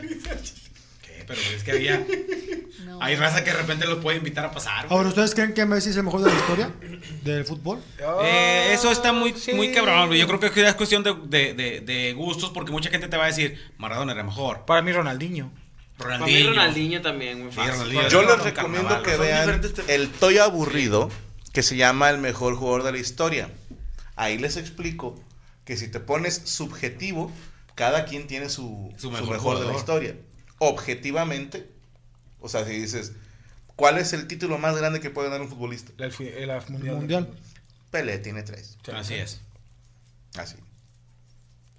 [SPEAKER 10] ¿Qué? Pero es que había. Hay raza que de repente los puede invitar a pasar. güey.
[SPEAKER 8] Ahora, ¿ustedes creen que Messi es el mejor de la historia del fútbol?
[SPEAKER 10] Eh, eso está muy, muy cabrón. güey. Yo creo que es cuestión de, de- de- de gustos porque mucha gente te va a decir, Maradona era mejor.
[SPEAKER 11] Para mí Ronaldinho.
[SPEAKER 7] Para mí
[SPEAKER 10] Ronaldinho.
[SPEAKER 7] Ronaldinho también, muy
[SPEAKER 10] Sí,
[SPEAKER 7] fácil.
[SPEAKER 10] Ronaldinho.
[SPEAKER 5] Yo les
[SPEAKER 10] Ronaldo
[SPEAKER 5] recomiendo
[SPEAKER 10] Carnaval.
[SPEAKER 5] que
[SPEAKER 10] Son
[SPEAKER 5] vean
[SPEAKER 10] diferentes temas.
[SPEAKER 5] el Toy Aburrido, que se llama El Mejor Jugador de la Historia. Ahí les explico que si te pones subjetivo, cada quien tiene su,
[SPEAKER 10] Su
[SPEAKER 5] su
[SPEAKER 10] mejor
[SPEAKER 5] mejor, de
[SPEAKER 10] jugador.
[SPEAKER 5] la historia. Objetivamente, o sea, si dices, ¿cuál es el título más grande que puede ganar un futbolista?
[SPEAKER 11] El, fu- el af- mundial.
[SPEAKER 8] Mundial.
[SPEAKER 5] Pelé tiene tres.
[SPEAKER 10] Así es.
[SPEAKER 5] Así.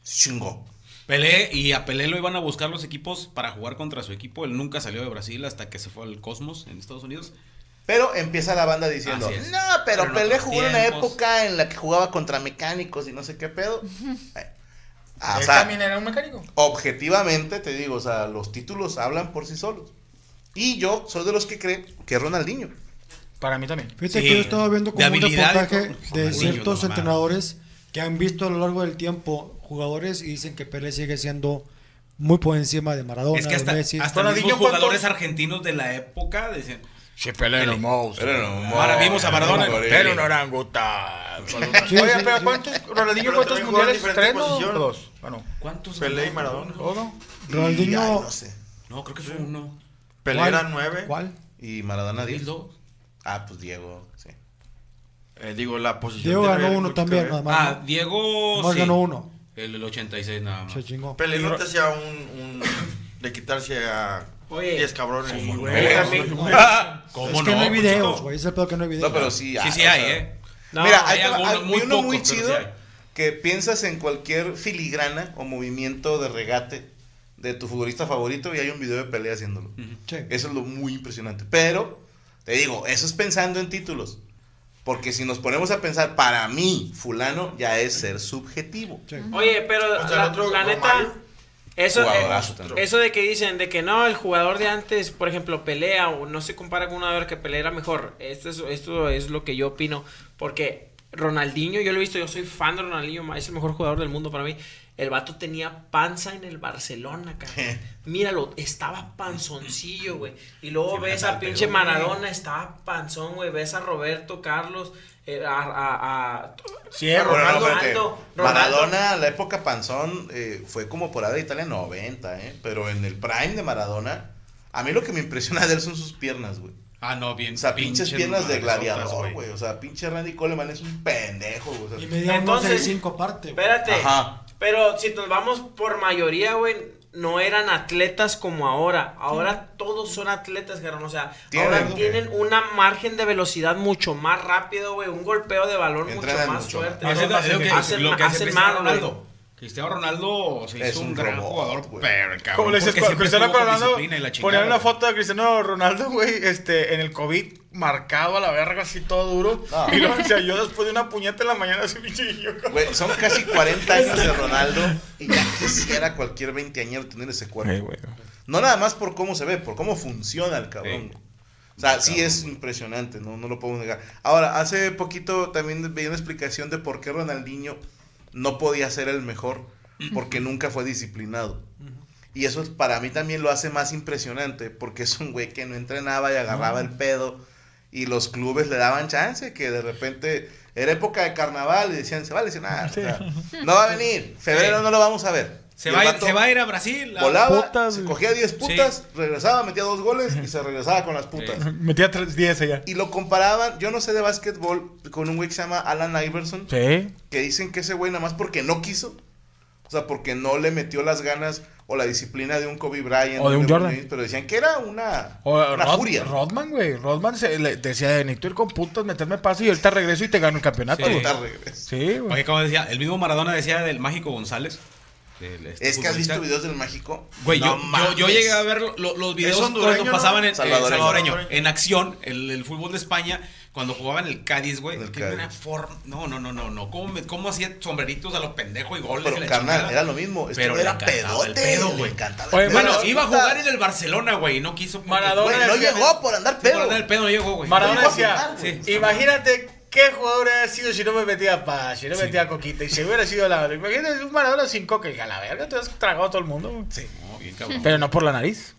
[SPEAKER 5] Chingo.
[SPEAKER 10] Pelé y a Pelé lo iban a buscar los equipos para jugar contra su equipo. Él nunca salió de Brasil hasta que se fue al Cosmos en Estados Unidos.
[SPEAKER 5] Pero empieza la banda diciendo,
[SPEAKER 10] Así es.
[SPEAKER 5] no, pero,
[SPEAKER 10] Pero en
[SPEAKER 5] Pelé
[SPEAKER 10] otros
[SPEAKER 5] jugó en una
[SPEAKER 10] tiempos".
[SPEAKER 5] época en la que jugaba contra mecánicos y no sé qué pedo. Eh, ah, o
[SPEAKER 11] Él
[SPEAKER 5] sea,
[SPEAKER 11] también era un mecánico.
[SPEAKER 5] objetivamente te digo, o sea, los títulos hablan por sí solos. Y yo soy de los que cree que es Ronaldinho.
[SPEAKER 11] Para mí también.
[SPEAKER 8] Fíjate
[SPEAKER 10] Sí.
[SPEAKER 8] que yo estaba viendo como
[SPEAKER 10] De
[SPEAKER 8] un
[SPEAKER 10] habilidad y
[SPEAKER 8] reportaje
[SPEAKER 10] todo.
[SPEAKER 8] de
[SPEAKER 10] Ronaldinho,
[SPEAKER 8] ciertos
[SPEAKER 10] no mames.
[SPEAKER 8] entrenadores que han visto a lo largo del tiempo jugadores y dicen que Pelé sigue siendo muy por encima de Maradona,
[SPEAKER 10] es que hasta,
[SPEAKER 8] de Messi.
[SPEAKER 10] hasta los
[SPEAKER 11] Ronaldinho,
[SPEAKER 10] mismos
[SPEAKER 11] ¿cuánto?
[SPEAKER 10] jugadores argentinos de la época decían.
[SPEAKER 11] Sí, Pelé
[SPEAKER 10] era un
[SPEAKER 11] monstruo.
[SPEAKER 10] Ahora vimos a Maradona.
[SPEAKER 11] Pero no orangután.
[SPEAKER 8] Sí,
[SPEAKER 11] Oye,
[SPEAKER 8] sí,
[SPEAKER 11] pero
[SPEAKER 8] sí.
[SPEAKER 11] ¿cuántos, Ronaldinho,
[SPEAKER 9] Pero
[SPEAKER 11] cuántos
[SPEAKER 9] también juegan
[SPEAKER 11] mundiales?
[SPEAKER 9] en
[SPEAKER 11] ¿Tres
[SPEAKER 9] diferente
[SPEAKER 11] no?
[SPEAKER 9] posición.
[SPEAKER 11] dos? Bueno,
[SPEAKER 10] ¿Cuántos?
[SPEAKER 9] Pelé y Maradona.
[SPEAKER 11] ¿o no?
[SPEAKER 8] Ronaldinho-
[SPEAKER 5] Y, ay, no sé.
[SPEAKER 10] No, creo que fue uno.
[SPEAKER 9] Pelé
[SPEAKER 8] ¿Cuál?
[SPEAKER 9] era nueve.
[SPEAKER 8] ¿Cuál?
[SPEAKER 5] Y Maradona 10.
[SPEAKER 10] 2002.
[SPEAKER 5] Ah, pues Diego, sí.
[SPEAKER 9] Eh, digo, la posición.
[SPEAKER 8] Diego
[SPEAKER 9] de
[SPEAKER 8] ganó
[SPEAKER 9] River,
[SPEAKER 8] uno
[SPEAKER 9] creo que
[SPEAKER 8] también,
[SPEAKER 9] era.
[SPEAKER 8] nada más.
[SPEAKER 10] Ah, Diego.
[SPEAKER 8] ¿no? Más
[SPEAKER 10] sí.
[SPEAKER 8] ganó uno.
[SPEAKER 10] El del 86 nada más.
[SPEAKER 8] Se chingó.
[SPEAKER 9] Pelé no te hacía un, un- de quitarse a
[SPEAKER 7] Oye.
[SPEAKER 9] 10 cabrones.
[SPEAKER 7] güey.
[SPEAKER 10] ¿Cómo
[SPEAKER 8] es que no, hay
[SPEAKER 10] Pues,
[SPEAKER 8] videos,
[SPEAKER 10] chico.
[SPEAKER 8] güey. Es el pedo que no hay videos.
[SPEAKER 5] No, pero sí.
[SPEAKER 10] Sí,
[SPEAKER 5] ah,
[SPEAKER 10] sí
[SPEAKER 5] o
[SPEAKER 10] hay,
[SPEAKER 5] sea,
[SPEAKER 10] ¿eh?
[SPEAKER 7] No,
[SPEAKER 5] Mira,
[SPEAKER 10] hay
[SPEAKER 5] hay, tra-
[SPEAKER 10] algunos,
[SPEAKER 5] hay-
[SPEAKER 10] muy
[SPEAKER 5] vi uno
[SPEAKER 10] pocos,
[SPEAKER 5] muy
[SPEAKER 10] pero sí
[SPEAKER 5] chido
[SPEAKER 10] hay.
[SPEAKER 5] que piensas en cualquier filigrana o movimiento de regate de tu futbolista favorito y hay un video de pelea haciéndolo.
[SPEAKER 8] Sí.
[SPEAKER 5] Eso es lo muy impresionante. Pero, te digo, eso es pensando en títulos. Porque si nos ponemos a pensar, para mí, fulano ya es ser subjetivo.
[SPEAKER 8] Sí.
[SPEAKER 7] Oye, pero
[SPEAKER 9] O sea,
[SPEAKER 7] la,
[SPEAKER 9] el otro
[SPEAKER 7] la neta,
[SPEAKER 9] Romario.
[SPEAKER 7] eso, eh,
[SPEAKER 5] Jugadorazo también.
[SPEAKER 7] eso de que dicen de que no, el jugador de antes, por ejemplo, pelea o no se compara con un jugador que pelea era mejor. Esto es, esto es lo que yo opino, porque Ronaldinho, yo lo he visto, yo soy fan de Ronaldinho, es el mejor jugador del mundo para mí. El vato tenía panza en el Barcelona, cabrón. Míralo, estaba panzoncillo, güey. Y luego
[SPEAKER 10] Se me
[SPEAKER 7] ves
[SPEAKER 10] la
[SPEAKER 7] a pinche
[SPEAKER 10] pegó, güey.
[SPEAKER 7] Maradona, estaba panzón, güey. Ves a Roberto Carlos, eh, a, a, a-
[SPEAKER 5] Sí,
[SPEAKER 7] a
[SPEAKER 5] Ronaldo,
[SPEAKER 7] Ronaldo,
[SPEAKER 5] espérate.
[SPEAKER 7] Ronaldo,
[SPEAKER 5] Maradona, la época panzón, eh, fue como por ahí de Italia 90, ¿eh? Pero en el prime de Maradona, a mí lo que me impresiona de él son sus piernas, güey.
[SPEAKER 10] Ah, no, bien.
[SPEAKER 5] O sea, pinches
[SPEAKER 10] pinche
[SPEAKER 5] piernas de
[SPEAKER 10] madresotas,
[SPEAKER 5] gladiador,
[SPEAKER 10] güey.
[SPEAKER 5] güey. O sea, pinche Randy Coleman es un pendejo, güey. O sea,
[SPEAKER 8] Y me dieron
[SPEAKER 7] Entonces-
[SPEAKER 8] Entonces, cinco parte. güey.
[SPEAKER 7] Espérate.
[SPEAKER 5] Ajá.
[SPEAKER 7] Pero si nos vamos por mayoría, güey, no eran atletas como ahora. Ahora todos son atletas, cabrón. O sea,
[SPEAKER 5] Tienen,
[SPEAKER 7] ahora
[SPEAKER 5] ¿no?
[SPEAKER 7] tienen una margen de velocidad mucho más rápido, güey. Un golpeo de balón mucho
[SPEAKER 5] Entrenan
[SPEAKER 7] más
[SPEAKER 5] mucho
[SPEAKER 7] fuerte.
[SPEAKER 5] más.
[SPEAKER 7] Hacen-
[SPEAKER 10] Hacen- lo que-
[SPEAKER 7] hacen-
[SPEAKER 10] lo que hace
[SPEAKER 7] hacen
[SPEAKER 10] Cristiano
[SPEAKER 7] más, güey.
[SPEAKER 10] Ronaldo. Cristiano Ronaldo pues, se hizo
[SPEAKER 5] Es
[SPEAKER 10] un,
[SPEAKER 5] un
[SPEAKER 10] gran
[SPEAKER 5] robot,
[SPEAKER 10] jugador,
[SPEAKER 5] güey.
[SPEAKER 10] pero el cabrón.
[SPEAKER 3] Como le dices,
[SPEAKER 10] porque
[SPEAKER 3] cuando
[SPEAKER 10] siempre
[SPEAKER 3] Cristiano
[SPEAKER 10] estuvo con
[SPEAKER 3] Ronaldo,
[SPEAKER 10] disciplina y la chingada,
[SPEAKER 3] ponían una
[SPEAKER 10] güey.
[SPEAKER 3] foto de Cristiano Ronaldo, güey, este, en el COVID, marcado a la verga, así todo duro.
[SPEAKER 10] Ah.
[SPEAKER 5] No.
[SPEAKER 3] Y luego, o sea, yo después de una puñeta en la mañana, así, pinche y yo,
[SPEAKER 5] Güey, son casi 40 años de Ronaldo y ya quisiera cualquier 20 añero tener ese cuerpo. No nada más por cómo se ve, por cómo funciona el cabrón. güey. O sea, sí es impresionante, no, no lo puedo negar. Ahora, hace poquito también veía una explicación de por qué Ronaldinho no podía ser el mejor, porque nunca fue disciplinado. Y eso es- para mí también lo hace más impresionante, porque es un güey que no entrenaba y agarraba el pedo. Y los clubes le daban chance, que de repente era época de carnaval y decían, se va a lesionar. o sea, no va a venir, febrero
[SPEAKER 10] Sí.
[SPEAKER 5] no lo vamos a ver. Y
[SPEAKER 10] Se
[SPEAKER 5] el
[SPEAKER 10] va, a ir-
[SPEAKER 5] vato
[SPEAKER 10] se va a ir a Brasil. a-
[SPEAKER 5] Volaba,
[SPEAKER 3] putas,
[SPEAKER 5] se
[SPEAKER 3] güey.
[SPEAKER 5] cogía 10 putas, regresaba, metía dos goles y se regresaba con las putas.
[SPEAKER 3] Metía 3-10 allá.
[SPEAKER 5] Y lo comparaban, yo no sé de básquetbol, con un güey que se llama Alan Iverson,
[SPEAKER 3] Sí.
[SPEAKER 5] que dicen que ese güey nada más porque no quiso. O sea, porque no le metió las ganas o la disciplina de un Kobe Bryant.
[SPEAKER 3] O de un
[SPEAKER 5] LeBron
[SPEAKER 3] Jordan.
[SPEAKER 5] James, Pero decían que era una,
[SPEAKER 3] O
[SPEAKER 5] una
[SPEAKER 3] Rod-
[SPEAKER 5] furia.
[SPEAKER 3] Rodman, güey. Rodman se, le decía, necesito ir con putas, meterme paso y ahorita regreso y te gano el campeonato,
[SPEAKER 10] Sí.
[SPEAKER 3] güey.
[SPEAKER 5] Ahorita regreso.
[SPEAKER 3] Sí, güey.
[SPEAKER 10] Oye, como decía, el mismo Maradona decía del Mágico González. del- este
[SPEAKER 5] Es que has
[SPEAKER 10] futbolista.
[SPEAKER 5] visto videos del Mágico.
[SPEAKER 10] Güey,
[SPEAKER 5] No
[SPEAKER 10] yo- yo,
[SPEAKER 5] mames.
[SPEAKER 10] yo, llegué a ver lo- los videos
[SPEAKER 3] Es hondureño,
[SPEAKER 10] cuando pasaban
[SPEAKER 3] ¿no?
[SPEAKER 10] en eh,
[SPEAKER 5] Salvadoreño.
[SPEAKER 10] salvadoreño, en acción, el, el fútbol de España, cuando jugaban el Cádiz, güey.
[SPEAKER 5] El
[SPEAKER 10] que
[SPEAKER 5] Cádiz.
[SPEAKER 10] una forma- No, no, no, no, no. ¿Cómo, me- cómo hacía sombreritos a los pendejos y goles? y
[SPEAKER 5] Pero
[SPEAKER 10] la
[SPEAKER 5] carnal,
[SPEAKER 10] chingada?
[SPEAKER 5] era lo mismo. Este
[SPEAKER 10] Pero
[SPEAKER 5] güey
[SPEAKER 10] le
[SPEAKER 5] era
[SPEAKER 10] encantaba el
[SPEAKER 5] pedote.
[SPEAKER 10] pedo,
[SPEAKER 5] le
[SPEAKER 10] güey.
[SPEAKER 5] encantaba el
[SPEAKER 3] Oye,
[SPEAKER 5] pedo.
[SPEAKER 10] Bueno,
[SPEAKER 3] Pero-
[SPEAKER 10] iba a jugar en el Barcelona, güey, y no quiso. porque-
[SPEAKER 3] Maradona-
[SPEAKER 5] Güey, no
[SPEAKER 3] decía-
[SPEAKER 5] llegó por andar
[SPEAKER 10] Sí,
[SPEAKER 5] pedo.
[SPEAKER 10] Maradona, el pedo no llegó, güey.
[SPEAKER 3] Maradona
[SPEAKER 5] Llegó a
[SPEAKER 3] decía,
[SPEAKER 5] jugar, güey.
[SPEAKER 10] Sí.
[SPEAKER 3] imagínate qué jugador hubiera sido si no me metía a paz, si no me metía a coquita. Y si hubiera sido la... Imagínate un Maradona sin coca. Y a la verga, te has tragado a todo el mundo, güey.
[SPEAKER 5] Sí.
[SPEAKER 10] No, bien cabrón.
[SPEAKER 3] Pero no por la nariz.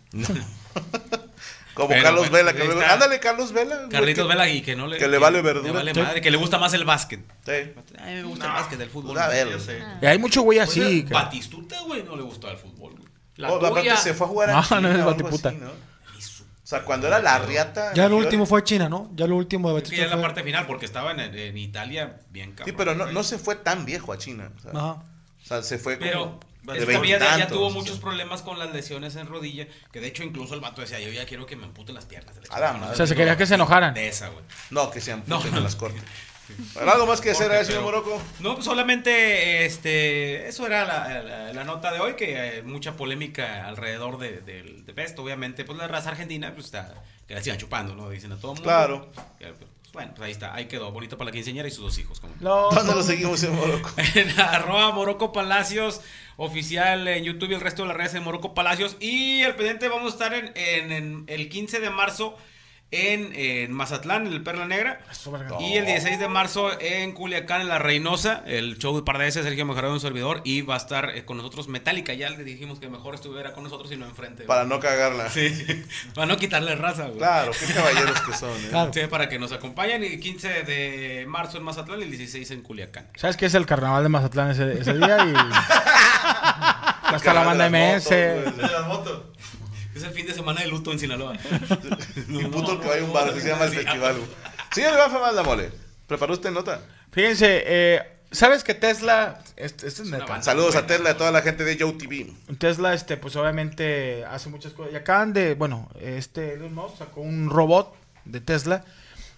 [SPEAKER 5] Como
[SPEAKER 10] Pero,
[SPEAKER 5] Carlos
[SPEAKER 10] bueno,
[SPEAKER 5] Vela.
[SPEAKER 10] ahí
[SPEAKER 5] que luego-
[SPEAKER 10] está.
[SPEAKER 5] ándale, Carlos Vela. güey,
[SPEAKER 10] Carlitos
[SPEAKER 5] que-
[SPEAKER 10] Vela y que no le.
[SPEAKER 5] que le vale verdura.
[SPEAKER 10] Le vale
[SPEAKER 5] Sí.
[SPEAKER 10] madre, que le gusta más el básquet.
[SPEAKER 5] Sí. pues,
[SPEAKER 10] A mí me gusta el básquet del fútbol.
[SPEAKER 5] a
[SPEAKER 10] no sé,
[SPEAKER 5] ver.
[SPEAKER 10] yo sé.
[SPEAKER 3] Y hay mucho güey
[SPEAKER 10] Oye,
[SPEAKER 3] así. que-
[SPEAKER 10] Batistuta, güey, no le gustaba el fútbol, güey.
[SPEAKER 7] La
[SPEAKER 5] Oh, aparte
[SPEAKER 7] tuya.
[SPEAKER 5] se fue a jugar a
[SPEAKER 3] No,
[SPEAKER 5] China
[SPEAKER 3] no es
[SPEAKER 5] o algo
[SPEAKER 3] batiputa.
[SPEAKER 5] así, ¿no? O sea, cuando era la riata.
[SPEAKER 8] Ya lo
[SPEAKER 5] yo-
[SPEAKER 8] último fue China, ¿no? Ya lo último de
[SPEAKER 10] Es que ya
[SPEAKER 8] Batista
[SPEAKER 10] es la
[SPEAKER 8] fue-
[SPEAKER 10] parte final, porque estaba en, en Italia bien cabrón.
[SPEAKER 5] Sí, pero no,
[SPEAKER 10] güey.
[SPEAKER 5] no se fue tan viejo a China. O sea,
[SPEAKER 8] Ajá.
[SPEAKER 5] o sea, se fue
[SPEAKER 10] Pero
[SPEAKER 5] como
[SPEAKER 10] es que
[SPEAKER 5] veintitantos,
[SPEAKER 10] Oviedo ya tuvo
[SPEAKER 5] o sea.
[SPEAKER 10] muchos problemas con las lesiones en rodilla, que de hecho incluso el vato decía, yo ya quiero que me amputen las piernas. de
[SPEAKER 5] A
[SPEAKER 10] la chingada,
[SPEAKER 5] la
[SPEAKER 10] no
[SPEAKER 5] madre.
[SPEAKER 3] Ah, O sea, se quería que se enojaran.
[SPEAKER 10] De esa, güey.
[SPEAKER 5] No, que sean
[SPEAKER 10] No.
[SPEAKER 5] no. las cortes. Pero algo más que hacer,
[SPEAKER 10] Corte,
[SPEAKER 5] ¿eh, señor
[SPEAKER 10] pero-
[SPEAKER 5] Moroco.
[SPEAKER 10] No, pues solamente este, eso era la, la- la nota de hoy, que hay mucha polémica alrededor de, del de Best, obviamente. Pues la raza argentina, pues está, que la sigan chupando, ¿no? Dicen a todo mundo.
[SPEAKER 5] Claro.
[SPEAKER 10] Que, pues, bueno, pues ahí está, ahí quedó, bonito para la quinceañera y sus dos hijos. Como.
[SPEAKER 5] ¿Dónde lo seguimos, señor Moroco?
[SPEAKER 10] en arroba Morocco Palacios oficial en YouTube y el resto de las redes de Morocco Palacios. Y el pendiente vamos a estar en, en- en el 15 de marzo en, en Mazatlán, en el Perla Negra. Y el 16 de marzo en Culiacán, en La Reynosa, el show de Pardese, Sergio Mejorado, un servidor. Y va a estar eh, con nosotros Metallica. Ya le dijimos que mejor estuviera con nosotros y no enfrente. güey.
[SPEAKER 5] Para no cagarla.
[SPEAKER 10] Sí, para no quitarle raza, güey.
[SPEAKER 5] Claro, qué caballeros que son, ¿eh?
[SPEAKER 8] Claro.
[SPEAKER 10] Sí, para que nos acompañen. Y 15 de marzo en Mazatlán y el 16 en Culiacán.
[SPEAKER 3] ¿Sabes qué es el carnaval de Mazatlán ese, ese día? Y... Hasta la banda MS.
[SPEAKER 12] De las motos.
[SPEAKER 10] Es el fin de semana de luto en Sinaloa.
[SPEAKER 5] Un puto que va a un bar, así se llama el
[SPEAKER 10] Sí,
[SPEAKER 5] festival. güey. Señor Iván Femás la mole. ¿Preparó usted nota?
[SPEAKER 3] Fíjense, eh, ¿sabes que Tesla... Este, este es neta.
[SPEAKER 10] banda.
[SPEAKER 5] Saludos a Tesla y a toda la gente de Joe TV.
[SPEAKER 3] Tesla, este, pues obviamente hace muchas cosas. Y acaban de, bueno, este Elon Musk sacó un robot de Tesla.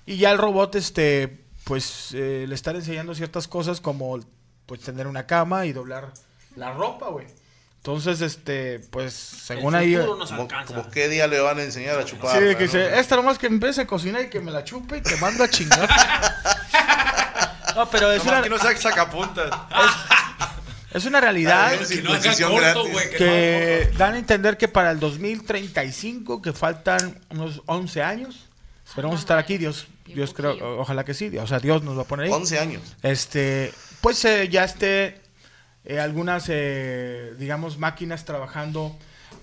[SPEAKER 3] Y ya el robot, este, pues eh, le están enseñando ciertas cosas como, pues, tener una cama y doblar la ropa, güey. Entonces, este, pues, según ahí...
[SPEAKER 7] futuro nos
[SPEAKER 5] Como,
[SPEAKER 7] alcanza.
[SPEAKER 5] como qué día le van a enseñar a chupar.
[SPEAKER 3] Sí,
[SPEAKER 5] güey,
[SPEAKER 3] que
[SPEAKER 5] ¿no?
[SPEAKER 3] dice, esta nomás que empiece a cocinar y que me la chupe y te mando a chingar. no, pero es
[SPEAKER 12] Nomás
[SPEAKER 3] una,
[SPEAKER 12] que no sea sacapuntas.
[SPEAKER 3] es una realidad.
[SPEAKER 5] Claro,
[SPEAKER 10] Que no haga
[SPEAKER 5] Circuncisión
[SPEAKER 10] corto,
[SPEAKER 5] gratis.
[SPEAKER 10] güey. Que, no haga
[SPEAKER 3] que
[SPEAKER 10] corto.
[SPEAKER 3] dan a entender que para el 2035, que faltan unos 11 años, esperamos estar aquí, Dios Dios creo, o- ojalá que sí, o sea, Dios nos va a poner ahí.
[SPEAKER 5] 11 años.
[SPEAKER 3] Este, pues eh, ya esté eh, algunas, eh, digamos, máquinas trabajando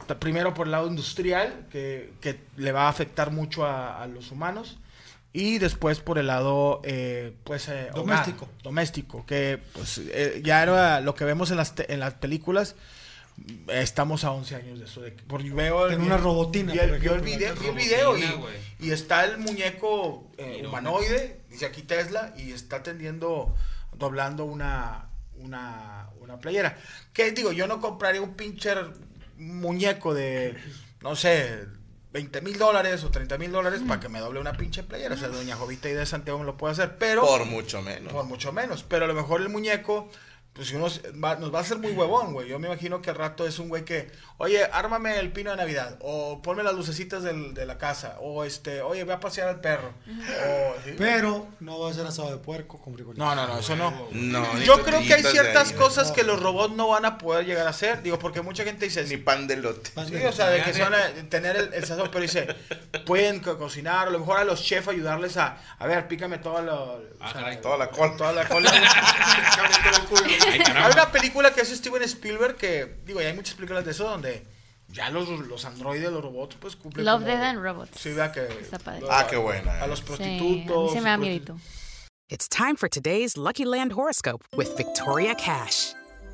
[SPEAKER 3] t- primero por el lado industrial, que, que le va a afectar mucho a, a los humanos, y después por el lado, eh, pues, eh, hogar,
[SPEAKER 9] Doméstico.
[SPEAKER 3] doméstico, que pues eh, ya era lo que vemos en las, te- en las películas. Estamos a 11 años de eso. De, que- porque veo
[SPEAKER 9] En una robotina,
[SPEAKER 3] vi el-
[SPEAKER 9] por
[SPEAKER 3] vi el
[SPEAKER 9] ejemplo,
[SPEAKER 3] video,
[SPEAKER 9] acá.
[SPEAKER 3] vi el video y,
[SPEAKER 9] Robotina, güey.
[SPEAKER 3] y está el muñeco eh, humanoide, dice aquí Tesla, y está tendiendo, doblando una, una, una playera. Que digo, yo no compraría un pinche muñeco de, no sé, 20 mil dólares o 30 mil dólares para que me doble una pinche playera. O sea, Doña Jovita y de Santiago me lo puede hacer, pero...
[SPEAKER 5] Por mucho menos.
[SPEAKER 3] Por mucho menos. Pero a lo mejor el muñeco, pues si uno se- va- nos va a hacer muy huevón, güey. Yo me imagino que al rato es un güey que, oye, ármame el pino de Navidad. O ponme las lucecitas del- de la casa. O este, oye, voy a pasear al perro. O, ¿sí?
[SPEAKER 9] Pero no va a ser asado de puerco con frijolitos.
[SPEAKER 3] No, no, no, eso no.
[SPEAKER 5] No, ni
[SPEAKER 3] Yo creo que hay
[SPEAKER 5] tortillitas de
[SPEAKER 3] ciertas
[SPEAKER 5] harina.
[SPEAKER 3] cosas que los robots no van a poder llegar a hacer. Digo, porque mucha gente dice. Ni
[SPEAKER 5] pan de lote.
[SPEAKER 3] Sí, o sea, de que se van a tener el, el sazón, pero dice, pueden co- cocinar, a lo mejor a los chefs ayudarles a, a ver, pícame todo lo,
[SPEAKER 5] toda la cola.
[SPEAKER 3] Toda la cola.
[SPEAKER 5] Ay, caramba.
[SPEAKER 3] hay una película que es Steven Spielberg que, digo, y hay muchas películas de eso donde ya los, los androides, los robots, pues cumplen.
[SPEAKER 6] Love,
[SPEAKER 3] como-
[SPEAKER 6] Death and Robots.
[SPEAKER 3] Sí, vea que.
[SPEAKER 6] Está padre.
[SPEAKER 3] lo-
[SPEAKER 5] Ah, qué buena,
[SPEAKER 3] A
[SPEAKER 5] eh.
[SPEAKER 3] los
[SPEAKER 5] Sí,
[SPEAKER 3] prostitutos. pues,
[SPEAKER 6] se me da miedito.
[SPEAKER 13] It's time for today's Lucky Land horoscope with Victoria Cash.